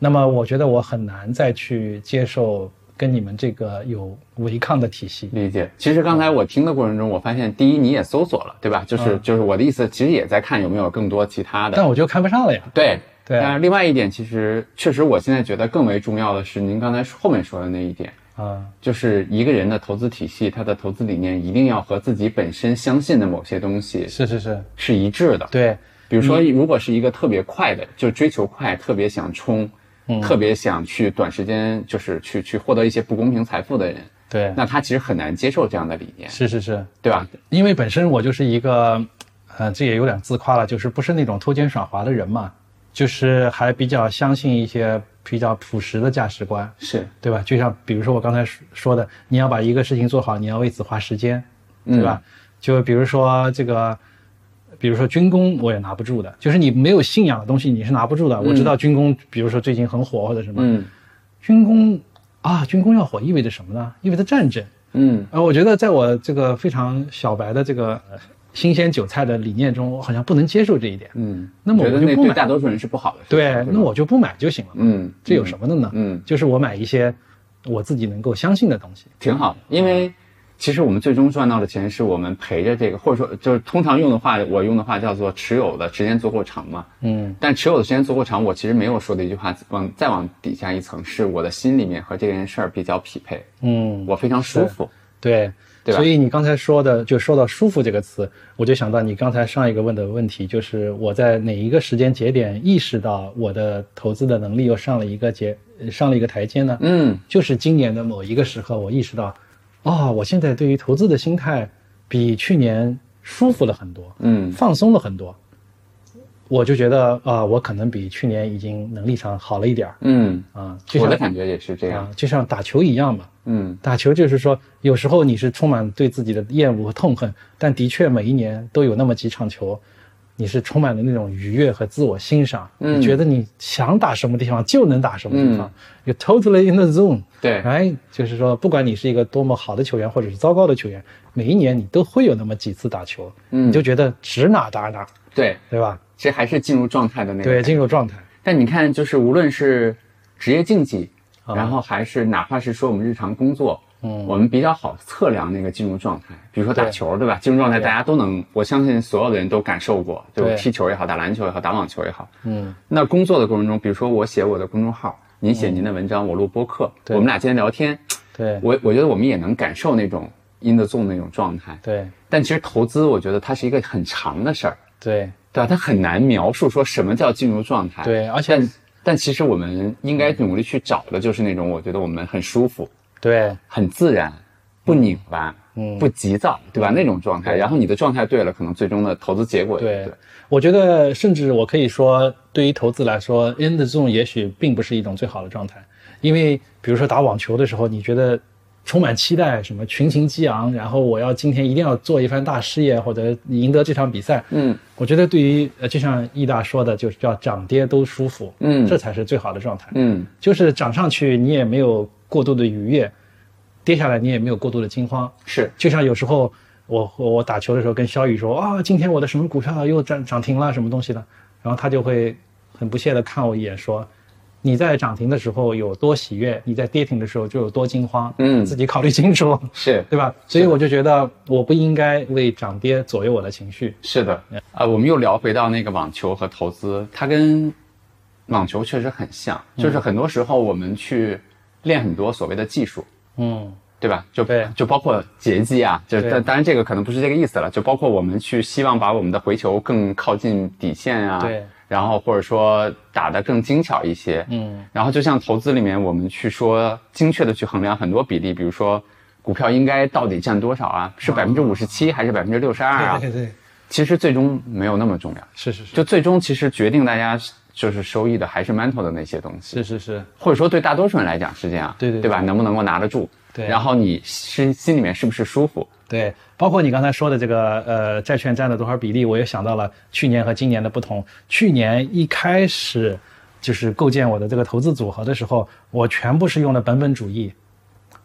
Speaker 2: 那么我觉得我很难再去接受跟你们这个有违抗的体系。
Speaker 1: 理解。其实刚才我听的过程中，我发现第一你也搜索了，对吧？就是、
Speaker 2: 嗯
Speaker 1: 就是我的意思，其实也在看有没有更多其他的。
Speaker 2: 但我就看不上了呀，
Speaker 1: 对
Speaker 2: 对啊
Speaker 1: 但是另外一点，其实确实我现在觉得更为重要的是您刚才后面说的那一点，
Speaker 2: 啊，
Speaker 1: 就是一个人的投资体系，他的投资理念一定要和自己本身相信的某些东西
Speaker 2: 是是是，
Speaker 1: 是一致的。
Speaker 2: 对，嗯
Speaker 1: 比如说，如果是一个特别快的，就追求快，特别想冲，
Speaker 2: 嗯
Speaker 1: 特别想去短时间就是去去获得一些不公平财富的人，
Speaker 2: 对，
Speaker 1: 那他其实很难接受这样的理念，
Speaker 2: 是是是。
Speaker 1: 对吧？
Speaker 2: 因为本身我就是一个，呃，这也有点自夸了，就是不是那种偷奸耍滑的人嘛，就是还比较相信一些比较朴实的价值观，
Speaker 1: 是，
Speaker 2: 对吧？就像比如说我刚才说说的，你要把一个事情做好，你要为此花时间，对吧？
Speaker 1: 嗯
Speaker 2: 就比如说这个，比如说军工，我也拿不住的，就是你没有信仰的东西你是拿不住的。我知道军工，比如说最近很火或者什么，
Speaker 1: 嗯
Speaker 2: 军工啊，军工要火意味着什么呢？意味着战争。
Speaker 1: 嗯
Speaker 2: 呃，我觉得在我这个非常小白的这个呃新鲜韭菜的理念中，我好像不能接受这一点。
Speaker 1: 嗯，
Speaker 2: 那么
Speaker 1: 觉得
Speaker 2: 我就
Speaker 1: 那
Speaker 2: 不
Speaker 1: 对
Speaker 2: 买
Speaker 1: 大多数人是不好的事情。
Speaker 2: 对，
Speaker 1: 吧
Speaker 2: 那我就不买就行了嘛。
Speaker 1: 嗯，
Speaker 2: 这有什
Speaker 1: 么？
Speaker 2: 么的呢？
Speaker 1: 嗯，
Speaker 2: 就是我买一些我自己能够相信的东西。
Speaker 1: 挺好的，因
Speaker 2: 嗯
Speaker 1: 为其实我们最终赚到的钱是我们陪着这个，或者说就是通常用的话，我用的话叫做持有的时间足够长嘛。
Speaker 2: 嗯
Speaker 1: 但持有的时间足够长，我其实没有说的一句话，往再往底下一层，是我的心里面和这件事儿比较匹配，
Speaker 2: 嗯，
Speaker 1: 我非常舒服。
Speaker 2: 对
Speaker 1: 对吧
Speaker 2: 所以你刚才说的，就说到舒服这个词，我就想到你刚才上一个问的问题，就是我在哪一个时间节点意识到我的投资的能力又上了一个节，呃上了一个台阶呢？
Speaker 1: 嗯，
Speaker 2: 就是今年的某一个时刻，我意识到，哦，我现在对于投资的心态比去年舒服了很多，
Speaker 1: 嗯
Speaker 2: 放松了很多，我就觉得啊、我可能比去年已经能力上好了一点儿
Speaker 1: 嗯，
Speaker 2: 啊，就
Speaker 1: 我的
Speaker 2: 像
Speaker 1: 感觉也是这样
Speaker 2: 啊。，就像打球一样嘛。
Speaker 1: 嗯
Speaker 2: 打球就是说，有时候你是充满对自己的厌恶和痛恨，但的确每一年都有那么几场球，你是充满了那种愉悦和自我欣赏，
Speaker 1: 嗯
Speaker 2: 你觉得你想打什么地方就能打什么地方
Speaker 1: 嗯、
Speaker 2: y o u totally in the zone。
Speaker 1: 对
Speaker 2: 哎，就是说，不管你是一个多么好的球员，或者是糟糕的球员，每一年你都会有那么几次打球，
Speaker 1: 嗯
Speaker 2: 你就觉得指哪打哪，
Speaker 1: 对，
Speaker 2: 对吧？
Speaker 1: 这还是进入状态的那个。
Speaker 2: 对，进入状态。
Speaker 1: 但你看，就是无论是职业竞技，
Speaker 2: 啊
Speaker 1: 然后还是哪怕是说我们日常工作，
Speaker 2: 嗯
Speaker 1: 我们比较好测量那个进入状态。比如说打
Speaker 2: 对
Speaker 1: 球，对吧？进入状态大家都能，我相信所有的人都感受过，对吧？
Speaker 2: 对
Speaker 1: 踢球也好，打篮球也好，打网球也好。
Speaker 2: 嗯，
Speaker 1: 那工作的过程中，比如说我写我的公众号，您写您的文章，我录播客，我
Speaker 2: 嗯对
Speaker 1: 们俩今天聊天，
Speaker 2: 对，
Speaker 1: 我我觉得我们也能感受那种 in the zone 那种状态。
Speaker 2: 对，
Speaker 1: 但其实投资，我觉得它是一个很长的事儿。
Speaker 2: 对，
Speaker 1: 对吧？它很难描述说什么叫进入状态。
Speaker 2: 对而且
Speaker 1: 哎但但其实我们应
Speaker 2: 嗯
Speaker 1: 该努力去找的就是那种我觉得我们很舒服、
Speaker 2: 对，
Speaker 1: 很自然、不拧巴、
Speaker 2: 嗯
Speaker 1: 不急躁，对吧？那种状态。然后你的状态对了，可能最终的投资结果也
Speaker 2: 对，我觉得甚至我可以说，对于投资来说，in the zone 也许并不是一种最好的状态，因为比如说打网球的时候，你觉得充满期待，什么群情激昂，然后我要今天一定要做一番大事业或者赢得这场比赛。
Speaker 1: 嗯，
Speaker 2: 我觉得对于呃，就像易大说的，就是叫涨跌都舒服，
Speaker 1: 嗯
Speaker 2: 这才是最好的状态。
Speaker 1: 嗯
Speaker 2: 就是涨上去你也没有过度的愉悦，跌下来你也没有过度的惊慌，
Speaker 1: 是
Speaker 2: 就像有时候我我我打球的时候跟肖宇说啊，今天我的什么股票又涨涨停了，什么东西的，然后他就会很不屑的看我一眼说，你在涨停的时候有多喜悦，你在跌停的时候就有多惊慌，
Speaker 1: 嗯
Speaker 2: 自己考虑清楚，
Speaker 1: 是
Speaker 2: 对吧？所以我就觉得我不应该为涨跌左右我的情绪，
Speaker 1: 是的
Speaker 2: 嗯
Speaker 1: 啊、我们又聊回到那个网球和投资，它跟网球确实很像，
Speaker 2: 嗯
Speaker 1: 就是很多时候我们去练很多所谓的技术，
Speaker 2: 嗯，
Speaker 1: 对吧？就
Speaker 2: 对
Speaker 1: 就包括截击啊，就
Speaker 2: 对
Speaker 1: 但当然这个可能不是这个意思了，就包括我们去希望把我们的回球更靠近底线啊，
Speaker 2: 嗯对，
Speaker 1: 然后或者说打得更精巧一些，
Speaker 2: 嗯，
Speaker 1: 然后就像投资里面我们去说精确的去衡量很多比例，比如说股票应该到底占多少啊？是百分之五十七还是百分之六十二啊？
Speaker 2: 对对，
Speaker 1: 其实最终没有那么重要，
Speaker 2: 是是是
Speaker 1: 就最终其实决定大家就是收益的还是 mental 的那些东西，
Speaker 2: 是是是，
Speaker 1: 或者说对大多数人来讲是这样，
Speaker 2: 对对
Speaker 1: 对吧？能不能够拿得住？
Speaker 2: 对
Speaker 1: 然后你心心里面是不是舒服？
Speaker 2: 对，包括你刚才说的这个呃，债券占了多少比例，我也想到了去年和今年的不同。去年一开始就是构建我的这个投资组合的时候，我全部是用的本本主义。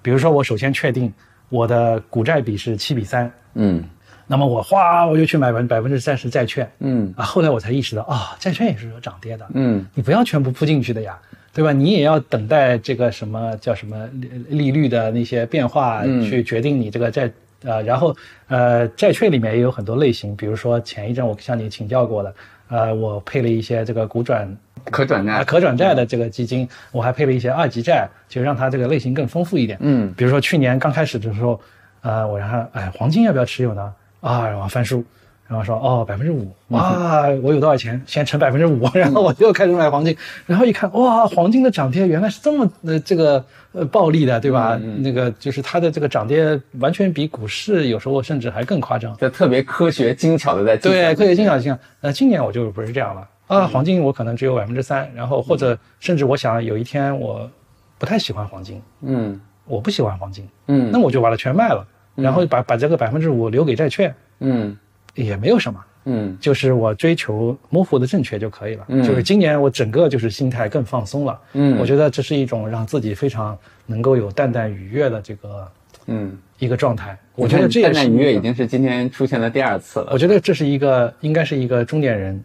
Speaker 2: 比如说，我首先确定我的股债比是七比三，
Speaker 1: 嗯
Speaker 2: 那么我哗我就去买百百分之三十债券
Speaker 1: 嗯
Speaker 2: 啊。后来我才意识到啊、债券也是有涨跌的，
Speaker 1: 嗯，
Speaker 2: 你不要全部扑进去的呀，对吧？你也要等待这个什么叫什么利利率的那些变化，去决定你这个债呃，然后呃，债券里面也有很多类型，比如说前一阵我向你请教过的，呃，我配了一些这个股转
Speaker 1: 可转
Speaker 2: 啊
Speaker 1: 债，
Speaker 2: 可转债的这个基金，我还配了一些二级债，就让它这个类型更丰富一点。
Speaker 1: 嗯
Speaker 2: 比如说去年刚开始的时候，呃，我让他哎黄金要不要持有呢？啊，然后翻书，然后说哦百分之五，哇，
Speaker 1: 嗯
Speaker 2: 我有多少钱？先乘百分之五，然后我又开始买黄金，然后一看哇，黄金的涨跌原来是这么呃这个呃暴利的，对吧？
Speaker 1: 嗯
Speaker 2: 那个就是它的这个涨跌完全比股市有时候甚至还更夸张。
Speaker 1: 这特别科学精巧的在嗯计
Speaker 2: 对，
Speaker 1: 算
Speaker 2: 科学欣赏性。呃，今年我就不是这样了啊，黄金我可能只有百分之三，然后或
Speaker 1: 嗯
Speaker 2: 者甚至我想有一天我不太喜欢黄金，
Speaker 1: 嗯
Speaker 2: 我不喜欢黄金，
Speaker 1: 嗯
Speaker 2: 那我就把它全卖了，然后把把这个百分之五留给债券，
Speaker 1: 嗯
Speaker 2: 也没有什么。
Speaker 1: 嗯
Speaker 2: 就是我追求模糊的正确就可以了。
Speaker 1: 嗯
Speaker 2: 就是今年我整个就是心态更放松了。
Speaker 1: 嗯
Speaker 2: 我觉得这是一种让自己非常能够有淡淡愉悦的这个
Speaker 1: 嗯，
Speaker 2: 一个状态。我
Speaker 1: 你
Speaker 2: 觉
Speaker 1: 看
Speaker 2: 得这也
Speaker 1: 淡
Speaker 2: 是
Speaker 1: 淡愉
Speaker 2: 一个
Speaker 1: 悦已经是今天出现的第二次了
Speaker 2: 我。觉得这是一个应该是一个中年人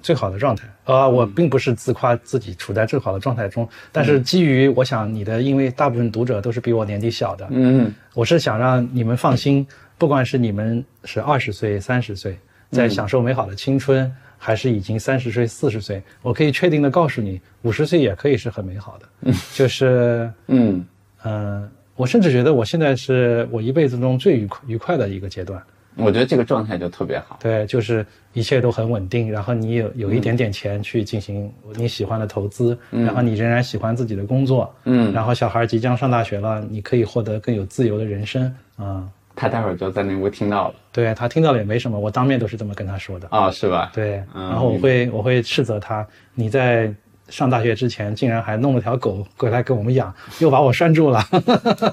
Speaker 2: 最好的状态啊、我并不是自夸自己处在最好的状态中，但是基于我想你的，因为大部分读者都是比我年纪小的，
Speaker 1: 嗯
Speaker 2: 我是想让你们放心，不管是你们是二十岁、三十岁，在享受美好的青春，还是已经三十岁、四十岁，我可以确定的告诉你，五十岁也可以是很美好的，就是
Speaker 1: 嗯
Speaker 2: 嗯、呃我甚至觉得我现在是我一辈子中最愉快愉快的一个阶段。
Speaker 1: 我觉得这个状态就特别好。
Speaker 2: 对，就是一切都很稳定，然后你有
Speaker 1: 嗯
Speaker 2: 有一点点钱去进行你喜欢的投资，然后你仍然喜欢自己的工作，
Speaker 1: 嗯，
Speaker 2: 然后小孩即将上大学了，你可以获得更有自由的人生啊、
Speaker 1: 他待会儿就在那屋听到了
Speaker 2: 对他听到了也没什么，我当面都是这么跟他说的。
Speaker 1: 啊、是吧？
Speaker 2: 对，
Speaker 1: 嗯
Speaker 2: 然后我会我会斥责他，你在上大学之前竟然还弄了条狗过来给我们养，又把我拴住了。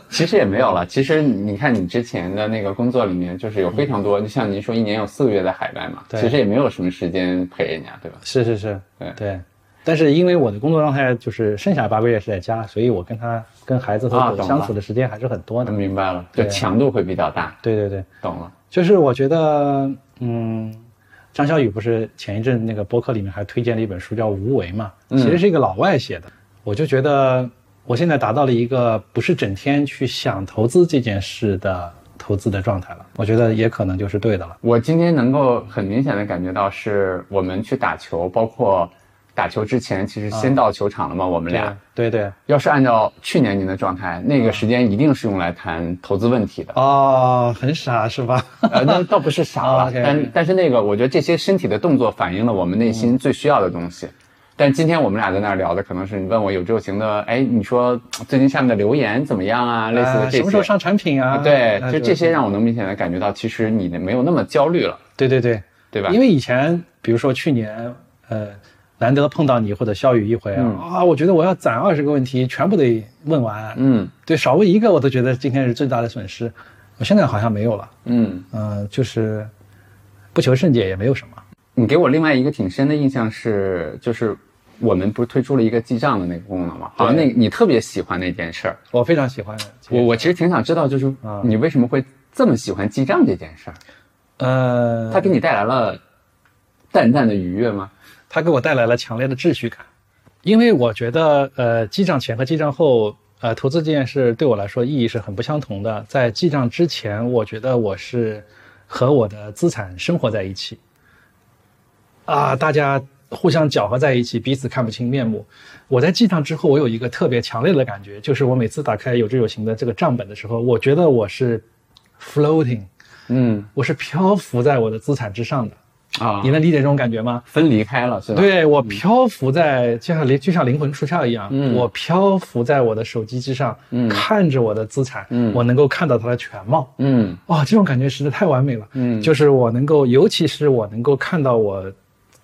Speaker 1: 其实也没有了。其实你看，你之前的那个工作里面，就是有非常多，就像您说，一年有四个月在海外嘛，
Speaker 2: 对
Speaker 1: 其实也没有什么时间陪人家，对吧？
Speaker 2: 是是是，
Speaker 1: 对
Speaker 2: 但是因为我的工作状态就是剩下八个月是在家，所以我跟他跟孩子
Speaker 1: 啊
Speaker 2: 和狗
Speaker 1: 懂了嗯
Speaker 2: 相处的时间还是很多
Speaker 1: 我
Speaker 2: 的。
Speaker 1: 明白了，就
Speaker 2: 对啊
Speaker 1: 强度会比较大，
Speaker 2: 对对对，
Speaker 1: 懂了。
Speaker 2: 就是我觉得，嗯，张小雨不是前一阵那个播客里面还推荐了一本书叫《无为》嘛，
Speaker 1: 嗯
Speaker 2: 其实是一个老外写的。我就觉得我现在达到了一个不是整天去想投资这件事的投资的状态了，我觉得也可能就是对的了。
Speaker 1: 我今天能够很明显的感觉到，是我们去打球，包括打球之前，其实
Speaker 2: 啊
Speaker 1: 先到球场了嘛，我们俩。
Speaker 2: 对对
Speaker 1: 要是按照去年您的状态，那
Speaker 2: 嗯
Speaker 1: 个时间一定是用来谈投资问题的。
Speaker 2: 哦，很傻是吧？
Speaker 1: 呃，那倒不是傻了，
Speaker 2: 啊，OK，OK
Speaker 1: 但但是那个，我觉得这些身体的动作反映了我们内
Speaker 2: 嗯
Speaker 1: 心最需要的东西。但今天我们俩在那儿聊的，可能是你问我有志有情的，哎，你说最近下面的留言怎么样啊？类似的
Speaker 2: 啊
Speaker 1: 这些，
Speaker 2: 什么时候上产品啊？
Speaker 1: 对，
Speaker 2: 啊
Speaker 1: 就这些让我能明显的感觉到，其实你没有那么焦虑了，
Speaker 2: 对对对，
Speaker 1: 对吧？
Speaker 2: 因为以前，比如说去年，呃，难得碰到你或者肖雨一回啊，
Speaker 1: 嗯
Speaker 2: 啊，我觉得我要攒二十个问题，全部得问完，
Speaker 1: 嗯
Speaker 2: 对，少问一个我都觉得今天是最大的损失。我现在好像没有了，
Speaker 1: 嗯，
Speaker 2: 嗯、就是不求甚解也没有什么。
Speaker 1: 你给我另外一个挺深的印象是，就是我们不是推出了一个记账的那个功能吗？好像那你特别喜欢那件事儿，
Speaker 2: 我非常喜欢，
Speaker 1: 我我其实挺想知道，就是
Speaker 2: 啊
Speaker 1: 你为什么会这么喜欢记账这件事儿？
Speaker 2: 呃，
Speaker 1: 它给你带来了淡淡的愉悦吗？
Speaker 2: 它给我带来了强烈的秩序感，因为我觉得，呃，记账前和记账后，呃，投资这件事对我来说意义是很不相同的。在记账之前，我觉得我是和我的资产生活在一起，啊，大家互相搅和在一起，彼此看不清面目。我在记账之后，我有一个特别强烈的感觉，就是我每次打开有志有行的这个账本的时候，我觉得我是 floating，
Speaker 1: 嗯
Speaker 2: 我是漂浮在我的资产之上的。
Speaker 1: 啊
Speaker 2: 你能理解这种感觉吗？
Speaker 1: 分离开了是吧？，
Speaker 2: 对我漂浮在，就像灵就像灵魂出窍一样，
Speaker 1: 嗯
Speaker 2: 我漂浮在我的手机之上，
Speaker 1: 嗯
Speaker 2: 看着我的资产，
Speaker 1: 嗯
Speaker 2: 我能够看到它的全貌。
Speaker 1: 嗯
Speaker 2: 哇、这种感觉实在太完美了。
Speaker 1: 嗯
Speaker 2: 就是我能够，尤其是我能够看到我，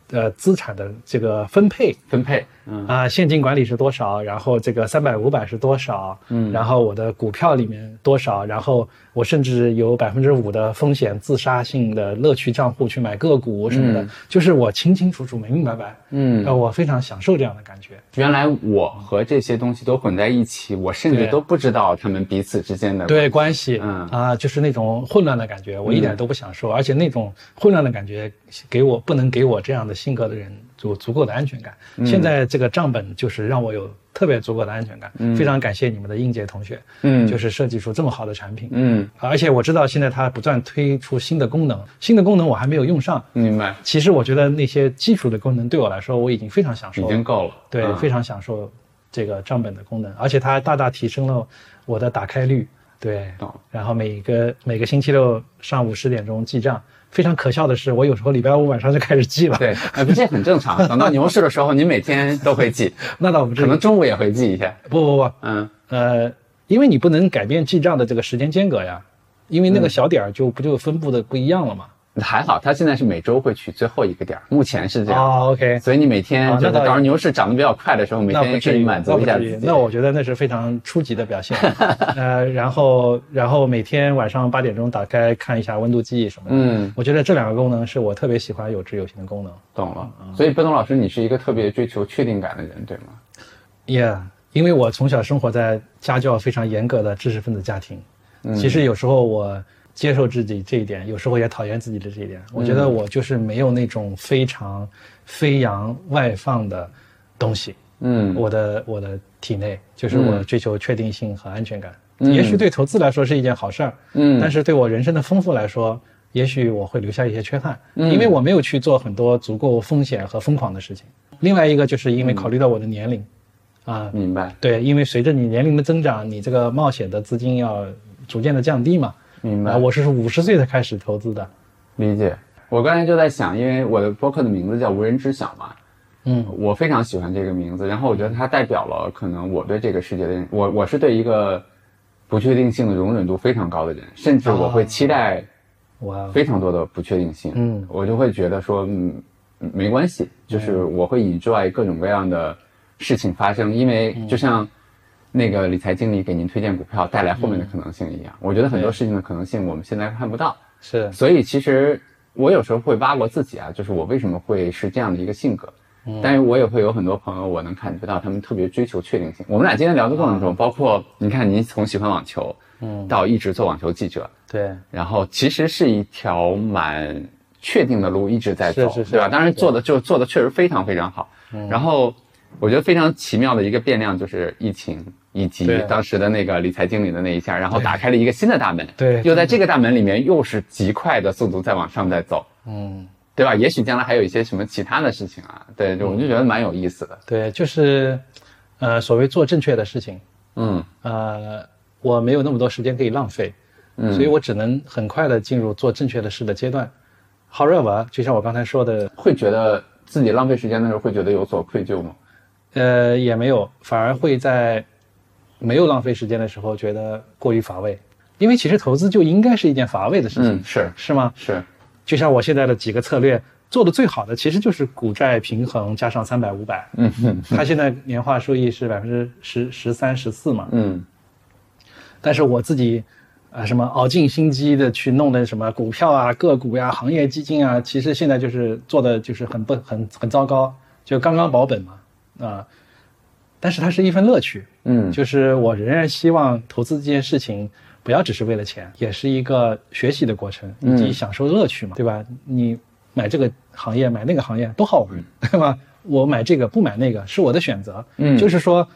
Speaker 2: 呃，资产的这个分配
Speaker 1: 分配，嗯
Speaker 2: 啊、现金管理是多少，然后这个三百五百是多少，
Speaker 1: 嗯
Speaker 2: 然后我的股票里面多少，然后我甚至有百分之五的风险自杀性的乐趣账户去买个股什么的，
Speaker 1: 嗯
Speaker 2: 就是我清清楚楚、明明白白。呃，
Speaker 1: 嗯。
Speaker 2: 我非常享受这样的感觉。
Speaker 1: 原来我和这些东西都混在一起，我甚至
Speaker 2: 对
Speaker 1: 都不知道他们彼此之间的
Speaker 2: 对关系，
Speaker 1: 嗯
Speaker 2: 啊，就是那种混乱的感觉，我一点都不享受，而且那种混乱的感觉给我不能给我这样的性格的人足足够的安全感。
Speaker 1: 嗯
Speaker 2: 现在这个账本就是让我有特别足够的安全感，非常感谢你们的应届同学，
Speaker 1: 嗯
Speaker 2: 就是设计出这么好的产品。啊
Speaker 1: 嗯，
Speaker 2: 而且我知道现在它不断推出新的功能，新的功能我还没有用上。
Speaker 1: 明白，
Speaker 2: 其实我觉得那些基础的功能对我来说，我已经非常享受
Speaker 1: 已
Speaker 2: 了。
Speaker 1: 经够了。
Speaker 2: 哦对，
Speaker 1: 嗯
Speaker 2: 非常享受这个账本的功能，而且它大大提升了我的打开率。对
Speaker 1: 懂，
Speaker 2: 然后每个每个星期六上午十点钟记账。非常可笑的是，我有时候礼拜五晚上就开始记了。，
Speaker 1: 对，哎，不，这很正常。等到牛市的时候，你每天都会 记，
Speaker 2: 那倒不至
Speaker 1: 可
Speaker 2: 于。
Speaker 1: 能中午也会记一下。
Speaker 2: 不不不，
Speaker 1: 嗯，
Speaker 2: 呃，因为你不能改变记账的这个时间间隔呀，因为那
Speaker 1: 嗯
Speaker 2: 个小点儿就不就分布的不一样了嘛。
Speaker 1: 还好，他现在是每周会取最后一个点儿，目前是这样。
Speaker 2: 哦，OK，
Speaker 1: 所以你每天
Speaker 2: 哦
Speaker 1: 就是
Speaker 2: 那倒也
Speaker 1: 到时候牛市涨得比较快的时候，每
Speaker 2: 那
Speaker 1: 天
Speaker 2: 不
Speaker 1: 也可
Speaker 2: 至于
Speaker 1: 以满
Speaker 2: 那
Speaker 1: 足
Speaker 2: 不
Speaker 1: 一下
Speaker 2: 至于
Speaker 1: 自己。
Speaker 2: 那我觉得那是非常初级的 表现。呃，然后然后每天晚上八点钟打开看一下温度计什么的。
Speaker 1: 嗯，
Speaker 2: 我觉得这两个功能是我特别喜欢有志有行的功能。
Speaker 1: 懂了。
Speaker 2: 嗯
Speaker 1: 所以奔东老师，你是一个特别追求确定感的人，对吗？
Speaker 2: Yeah，因为我从小生活在家教非常严格的知识分子家庭，
Speaker 1: 嗯
Speaker 2: 其实有时候我接受自己这一点，有时候也讨厌自己的这一点。我觉
Speaker 1: 嗯
Speaker 2: 得我就是没有那种非常飞扬外放的东西。
Speaker 1: 嗯，
Speaker 2: 我的我的体内，就是我追求确定性和安全感。
Speaker 1: 嗯
Speaker 2: 也许对投资来说是一件好事儿，
Speaker 1: 嗯
Speaker 2: 但是对我人生的丰富来说，也许我会留下一些缺憾，
Speaker 1: 嗯
Speaker 2: 因为我没
Speaker 1: 嗯
Speaker 2: 有去做很多足够风险和疯狂的事情。另外一个就是因为考虑到我的年龄，啊、啊。
Speaker 1: 明白，
Speaker 2: 对，因为随着你年龄的增长，你这个冒险的资金要逐渐的降低嘛。
Speaker 1: 明白
Speaker 2: 啊，。我是五十岁才开始投资的。
Speaker 1: 理解。我刚才就在想，因为我的播客的名字叫《无人知晓》嘛，
Speaker 2: 嗯，
Speaker 1: 我非常喜欢这个名字。然后我觉得它代表了可能我对这个世界的认，我我是对一个不确定性的容忍度非常高的人，甚至
Speaker 2: 啊
Speaker 1: 我会期待
Speaker 2: 哇，哦
Speaker 1: 非常多的不确定性。
Speaker 2: 嗯
Speaker 1: 我就会觉得说，嗯，没关系，就是我会 enjoy 各种各样的事情发生，因为就像那个理财经理给您推荐股票带来后面的可能性一样，我觉得很多事情的可能性我们现在看不到。
Speaker 2: 是，
Speaker 1: 所以其实我有时候会挖过自己啊，就是我为什么会是这样的一个性格。但是我也会有很多朋友，我能感觉到他们特别追求确定性。我们俩今天聊的过程中，包括你看，您从喜欢网球，
Speaker 2: 嗯，
Speaker 1: 到一直做网球记者，
Speaker 2: 对，
Speaker 1: 然后其实是一条蛮确定的路一直在走，
Speaker 2: 是是嗯是
Speaker 1: 对吧？当然做的就做的确实非常非常好。然后我觉得非常奇妙的一个变量就是疫情。以及
Speaker 2: 对
Speaker 1: 当时的那个理财经理的那一下，然后打开了一个新的大门，
Speaker 2: 对
Speaker 1: 又在这个大门里面又是极快的速度在往上在走，
Speaker 2: 嗯，
Speaker 1: 对吧？也许将来还有一些什么其他的事情啊，对，
Speaker 2: 嗯
Speaker 1: 就我就觉得蛮有意思的，
Speaker 2: 对，就是，呃，所谓做正确的事情，
Speaker 1: 嗯
Speaker 2: 呃，我没有那么多时间可以浪费，
Speaker 1: 嗯，
Speaker 2: 所以我只能很快的进入做正确的事的阶段。However，就像我刚才说的，
Speaker 1: 会觉得自己浪费时间的时候会觉得有所愧疚吗？
Speaker 2: 呃，也没有，反而会在没有浪费时间的时候觉得过于乏味，因为其实投资就应该是一件乏味的事情，
Speaker 1: 嗯，是
Speaker 2: 是吗？
Speaker 1: 是，
Speaker 2: 就像我现在的几个策略，做的最好的其实就是股债平衡加上三百五百，
Speaker 1: 嗯哼
Speaker 2: 它现在年化收益是百分之十十三十四嘛，
Speaker 1: 嗯
Speaker 2: 但是我自己，啊、什么熬尽心机的去弄的什么股票啊、个股呀、行业基金啊，其实现在就是做的就是很不很很糟糕，就刚刚保本嘛，啊、但是它是一份乐趣，
Speaker 1: 嗯，
Speaker 2: 就是我仍然希望投资这件事情不要只是为了钱，也是一个学习的过程，
Speaker 1: 嗯
Speaker 2: 以及享受乐趣嘛，对吧？你买这个行业，买那个行业都好玩， 对吧？我买这个不买那个是我的选择，
Speaker 1: 嗯
Speaker 2: 就是说，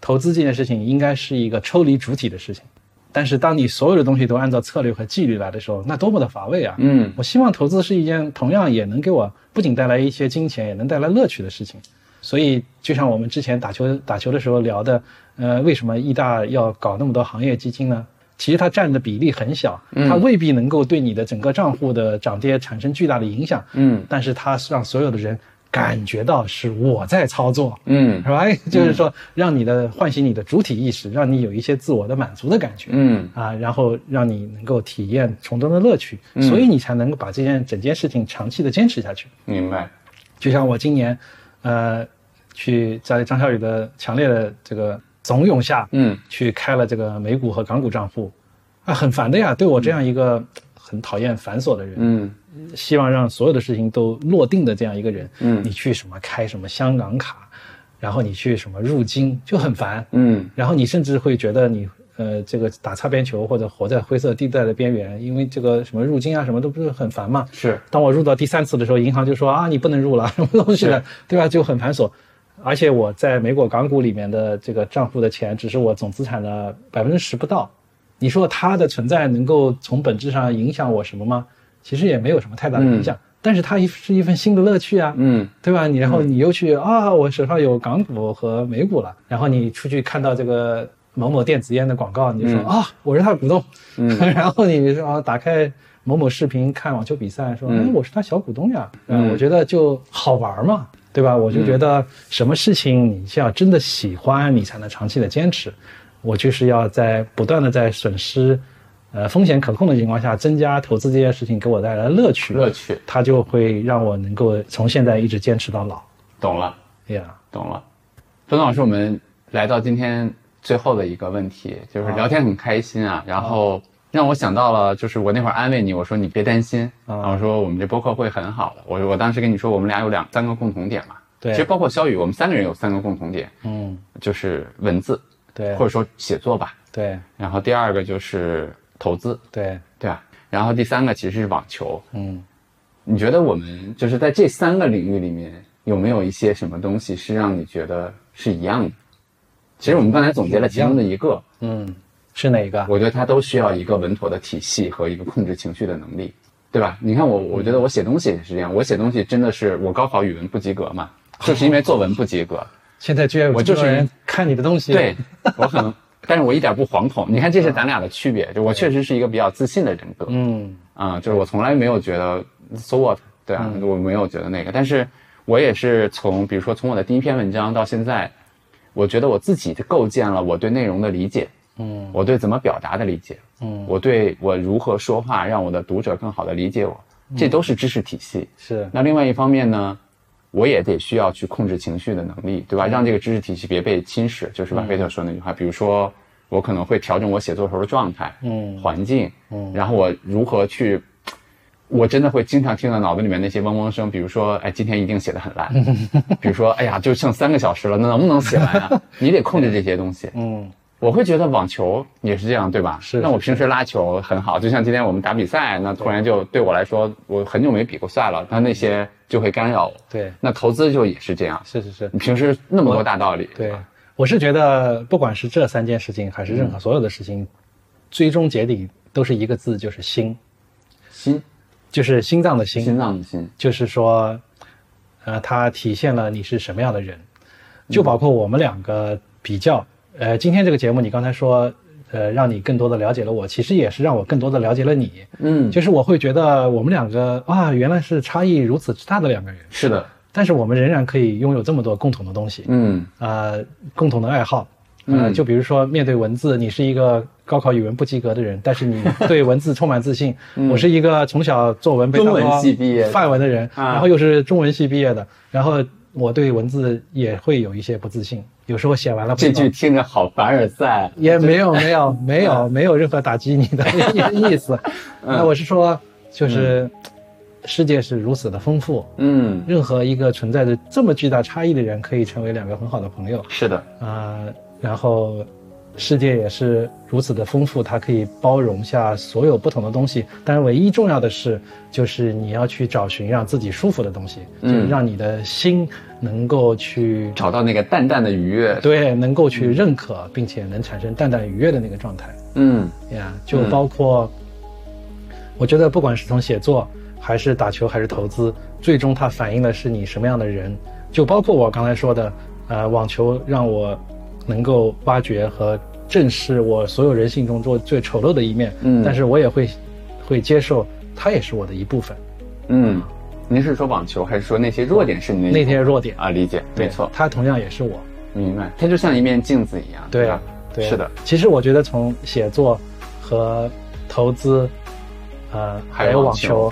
Speaker 2: 投资这件事情应该是一个抽离主体的事情。但是当你所有的东西都按照策略和纪律来的时候，那多么的乏味啊！
Speaker 1: 嗯
Speaker 2: 我希望投资是一件同样也能给我不仅带来一些金钱，也能带来乐趣的事情。所以，就像我们之前打球打球的时候聊的，呃，为什么易大要搞那么多行业基金呢？其实它占的比例很小，
Speaker 1: 嗯
Speaker 2: 它未必能够对你的整个账户的涨跌产生巨大的影响，
Speaker 1: 嗯
Speaker 2: 但是它是让所有的人感觉到是我在操作，
Speaker 1: 嗯
Speaker 2: 是吧？ 就是说，让你的唤醒你的主体意识，让你有一些自我的满足的感觉。
Speaker 1: 嗯
Speaker 2: 啊，然后让你能够体验从中的乐趣，
Speaker 1: 嗯
Speaker 2: 所以你才能够把这件整件事情长期的坚持下去。
Speaker 1: 明白，
Speaker 2: 就像我今年，呃，去在张小雨的强烈的这个怂恿下，
Speaker 1: 嗯
Speaker 2: 去开了这个美股和港股账户，啊，很烦的呀。对我这样一个很讨厌繁琐的人，
Speaker 1: 嗯
Speaker 2: 希望让所有的事情都落定的这样一个人，
Speaker 1: 嗯
Speaker 2: 你去什么开什么香港卡，然后你去什么入金，就很烦。
Speaker 1: 嗯
Speaker 2: 然后你甚至会觉得你呃这个打擦边球或者活在灰色地带的边缘，因为这个什么入金啊什么都不是很烦嘛。
Speaker 1: 是，
Speaker 2: 当我入到第三次的时候，银行就说啊你不能入了，什 么东西的，对吧？就很繁琐。而且我在美国港股里面的这个账户的钱，只是我总资产的百分之十不到。你说它的存在能够从本质上影响我什么吗？其实也没有什么太大的影响，但是它一是一份新的乐趣啊。
Speaker 1: 嗯
Speaker 2: 对吧？你然后你又去、啊，我手上有港股和美股了，然后你出去看到这个某某电子烟的广告，你就
Speaker 1: 嗯
Speaker 2: 说、啊，我是他的股东， 然后你说啊，打开某某视频看网球比赛，
Speaker 1: 嗯
Speaker 2: 说、哎，我是他小股东呀，嗯，我觉得就好玩嘛，对吧？我就
Speaker 1: 嗯
Speaker 2: 觉得什么事情你是要真的喜欢，你才能长期的坚持。我就是要在不断的在损失，呃风险可控的情况下，增加投资这件事情给我带来的乐趣，
Speaker 1: 乐趣，
Speaker 2: 它就会让我能够从现在一直坚持到老。
Speaker 1: 懂了
Speaker 2: 呀，
Speaker 1: 懂了。冯老师，我们来到今天最后的一个问题，就是聊天很开心啊，然后让我想到了，就是我那会儿安慰你，我说你别担心，
Speaker 2: 啊
Speaker 1: 然后我说我们这播客会很好的。我我当时跟你说，我们俩有两三个共同点嘛，
Speaker 2: 对
Speaker 1: 其实包括肖宇，我们三个人有三个共同点，
Speaker 2: 嗯，
Speaker 1: 就是文字
Speaker 2: 对，
Speaker 1: 或者说写作吧，
Speaker 2: 对
Speaker 1: 然后第二个就是投资，
Speaker 2: 对，
Speaker 1: 对吧？然后第三个其实是网球，
Speaker 2: 嗯，
Speaker 1: 你觉得我们就是在这三个领域里面，有没有一些什么东西是让你觉得是一样的？其实我们刚才总结了其中的一个，
Speaker 2: 嗯，是哪一个？
Speaker 1: 我觉得它都需要一个稳妥的体系和一个控制情绪的能力，对吧？你看我，我觉得我写东西也是这样，我写东西真的是我高考语文不及格嘛，就是因为作文不及格，
Speaker 2: 现在居然有
Speaker 1: 我
Speaker 2: 这
Speaker 1: 就
Speaker 2: 么多
Speaker 1: 是
Speaker 2: 人看你的东西，
Speaker 1: 对我很，但是我一点不惶恐。你看，这是咱俩的区别，就我确实是一个比较自信的人格，
Speaker 2: 嗯，
Speaker 1: 啊、就是我从来没有觉得 so what，对啊，我没有觉得那个，但是我也是从，比如说从我的第一篇文章到现在，我觉得我自己构建了我对内容的理解，
Speaker 2: 嗯，
Speaker 1: 我对怎么表达的理解，
Speaker 2: 嗯
Speaker 1: 我对我如何说话让我的读者更好的理解我，
Speaker 2: 嗯
Speaker 1: 这都是知识体系。
Speaker 2: 是，
Speaker 1: 那另外一方面呢，我也得需要去控制情绪的能力，
Speaker 2: 嗯
Speaker 1: 对吧？让这个知识体系别被侵蚀，就是巴菲特说那句话。比如说，我可能会调整我写作时候的状态、
Speaker 2: 嗯
Speaker 1: 环境，
Speaker 2: 嗯
Speaker 1: 然后我如何去。我真的会经常听到脑子里面那些嗡嗡声，比如说，哎，今天一定写的很 烂，比如说，哎呀，就剩三个小时了，那能不能写完 啊？你得控制这些东西。
Speaker 2: 嗯
Speaker 1: 我会觉得网球也是这样，对吧？
Speaker 2: 是
Speaker 1: 那我平时拉球很好，就像今天我们打比赛，那突然就对我来说，我很久没比过赛了，那那些就会干扰我。
Speaker 2: 对，
Speaker 1: 那投资就也是这样，
Speaker 2: 是是是，
Speaker 1: 你平时那么多大道理，
Speaker 2: 对，我是觉得不管是这三件事情，还是
Speaker 1: 嗯
Speaker 2: 任何所有的事情，最终结底都是一个字，就是心，
Speaker 1: 心
Speaker 2: 就是心脏的心，
Speaker 1: 心脏的心，
Speaker 2: 就是说，呃，它体现了你是什么样的人，就包括我们两个比较，呃，今天这个节目你刚才说，呃，让你更多的了解了我，其实也是让我更多的了解了你，
Speaker 1: 嗯，
Speaker 2: 就是我会觉得我们两个啊，原来是差异如此之大的两个人，
Speaker 1: 是的，
Speaker 2: 但是我们仍然可以拥有这么多共同的东西，
Speaker 1: 嗯
Speaker 2: 呃，共同的爱好。呃，
Speaker 1: 嗯
Speaker 2: 就比如说，面对文字，你是一个高考语文不及格的人，但是你对文字充满自 信。我是一个从小作文被
Speaker 1: 嗯中
Speaker 2: 当
Speaker 1: 文
Speaker 2: 作
Speaker 1: 系毕业的
Speaker 2: 范文的人，
Speaker 1: 啊
Speaker 2: 然后又是中文系毕业的，然后我对文字也会有一些不自信，有时候写完了不知
Speaker 1: 这
Speaker 2: 道
Speaker 1: 句听着好凡尔赛，
Speaker 2: 也没有没 有没
Speaker 1: 嗯
Speaker 2: 有没有任何打击你的意思。那我是说，就是世界是如此的丰富，
Speaker 1: 嗯，
Speaker 2: 任何一个存在着这么巨大差异的人，可以成为两个很好的朋友。
Speaker 1: 是的，
Speaker 2: 啊、然后世界也是如此的丰富，它可以包容下所有不同的东西。但是唯一重要的是，就是你要去找寻让自己舒服的东西，
Speaker 1: 嗯
Speaker 2: 就是让你的心能够去
Speaker 1: 找到那个淡淡的愉悦，
Speaker 2: 对，能够去认可，并且能产生淡淡愉悦的那个状态
Speaker 1: 嗯
Speaker 2: 呀。就包括，我觉得不管是从写作，还是打球，还是投资，最终它反映的是你什么样的人。就包括我刚才说的，呃，网球让我能够挖掘和正视我所有人性中做最丑陋的一面，
Speaker 1: 嗯
Speaker 2: 但是我也会会接受，它也是我的一部分，
Speaker 1: 嗯，您是说网球还是说那些弱点是您的一
Speaker 2: 那
Speaker 1: 部
Speaker 2: 些
Speaker 1: 分
Speaker 2: 弱点，
Speaker 1: 啊？理解，没错，
Speaker 2: 它同样也是我。
Speaker 1: 明白，它就像一面镜子一样，
Speaker 2: 对啊
Speaker 1: 吧？
Speaker 2: 对，
Speaker 1: 嗯是的。
Speaker 2: 其实我觉得从写作和投资，呃，
Speaker 1: 还有
Speaker 2: 还有
Speaker 1: 网
Speaker 2: 网球，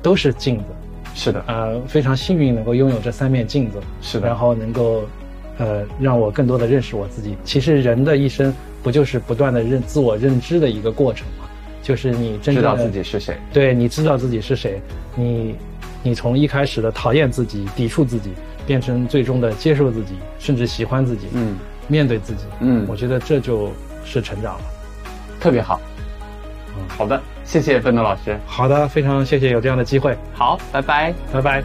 Speaker 2: 都是镜子。
Speaker 1: 是的，
Speaker 2: 呃，非常幸运能够拥有这三面镜子，
Speaker 1: 是
Speaker 2: 然
Speaker 1: 的，
Speaker 2: 后能够，呃，让我更多的认识我自己。其实人的一生不就是不断的认自我认知的一个过程吗？就是你真
Speaker 1: 知
Speaker 2: 正
Speaker 1: 道
Speaker 2: 的
Speaker 1: 自己是谁，
Speaker 2: 对，你知道自己是谁，你你从一开始的讨厌自己、抵触自己，变成最终的接受自己，甚至喜欢自己，
Speaker 1: 嗯，
Speaker 2: 面对自己，
Speaker 1: 嗯
Speaker 2: 我觉得这就是成长了。
Speaker 1: 特别好。
Speaker 2: 嗯
Speaker 1: 好的，谢谢奋斗老师。
Speaker 2: 好的，非常谢谢有这样的机会，
Speaker 1: 好，拜拜。
Speaker 2: 拜拜。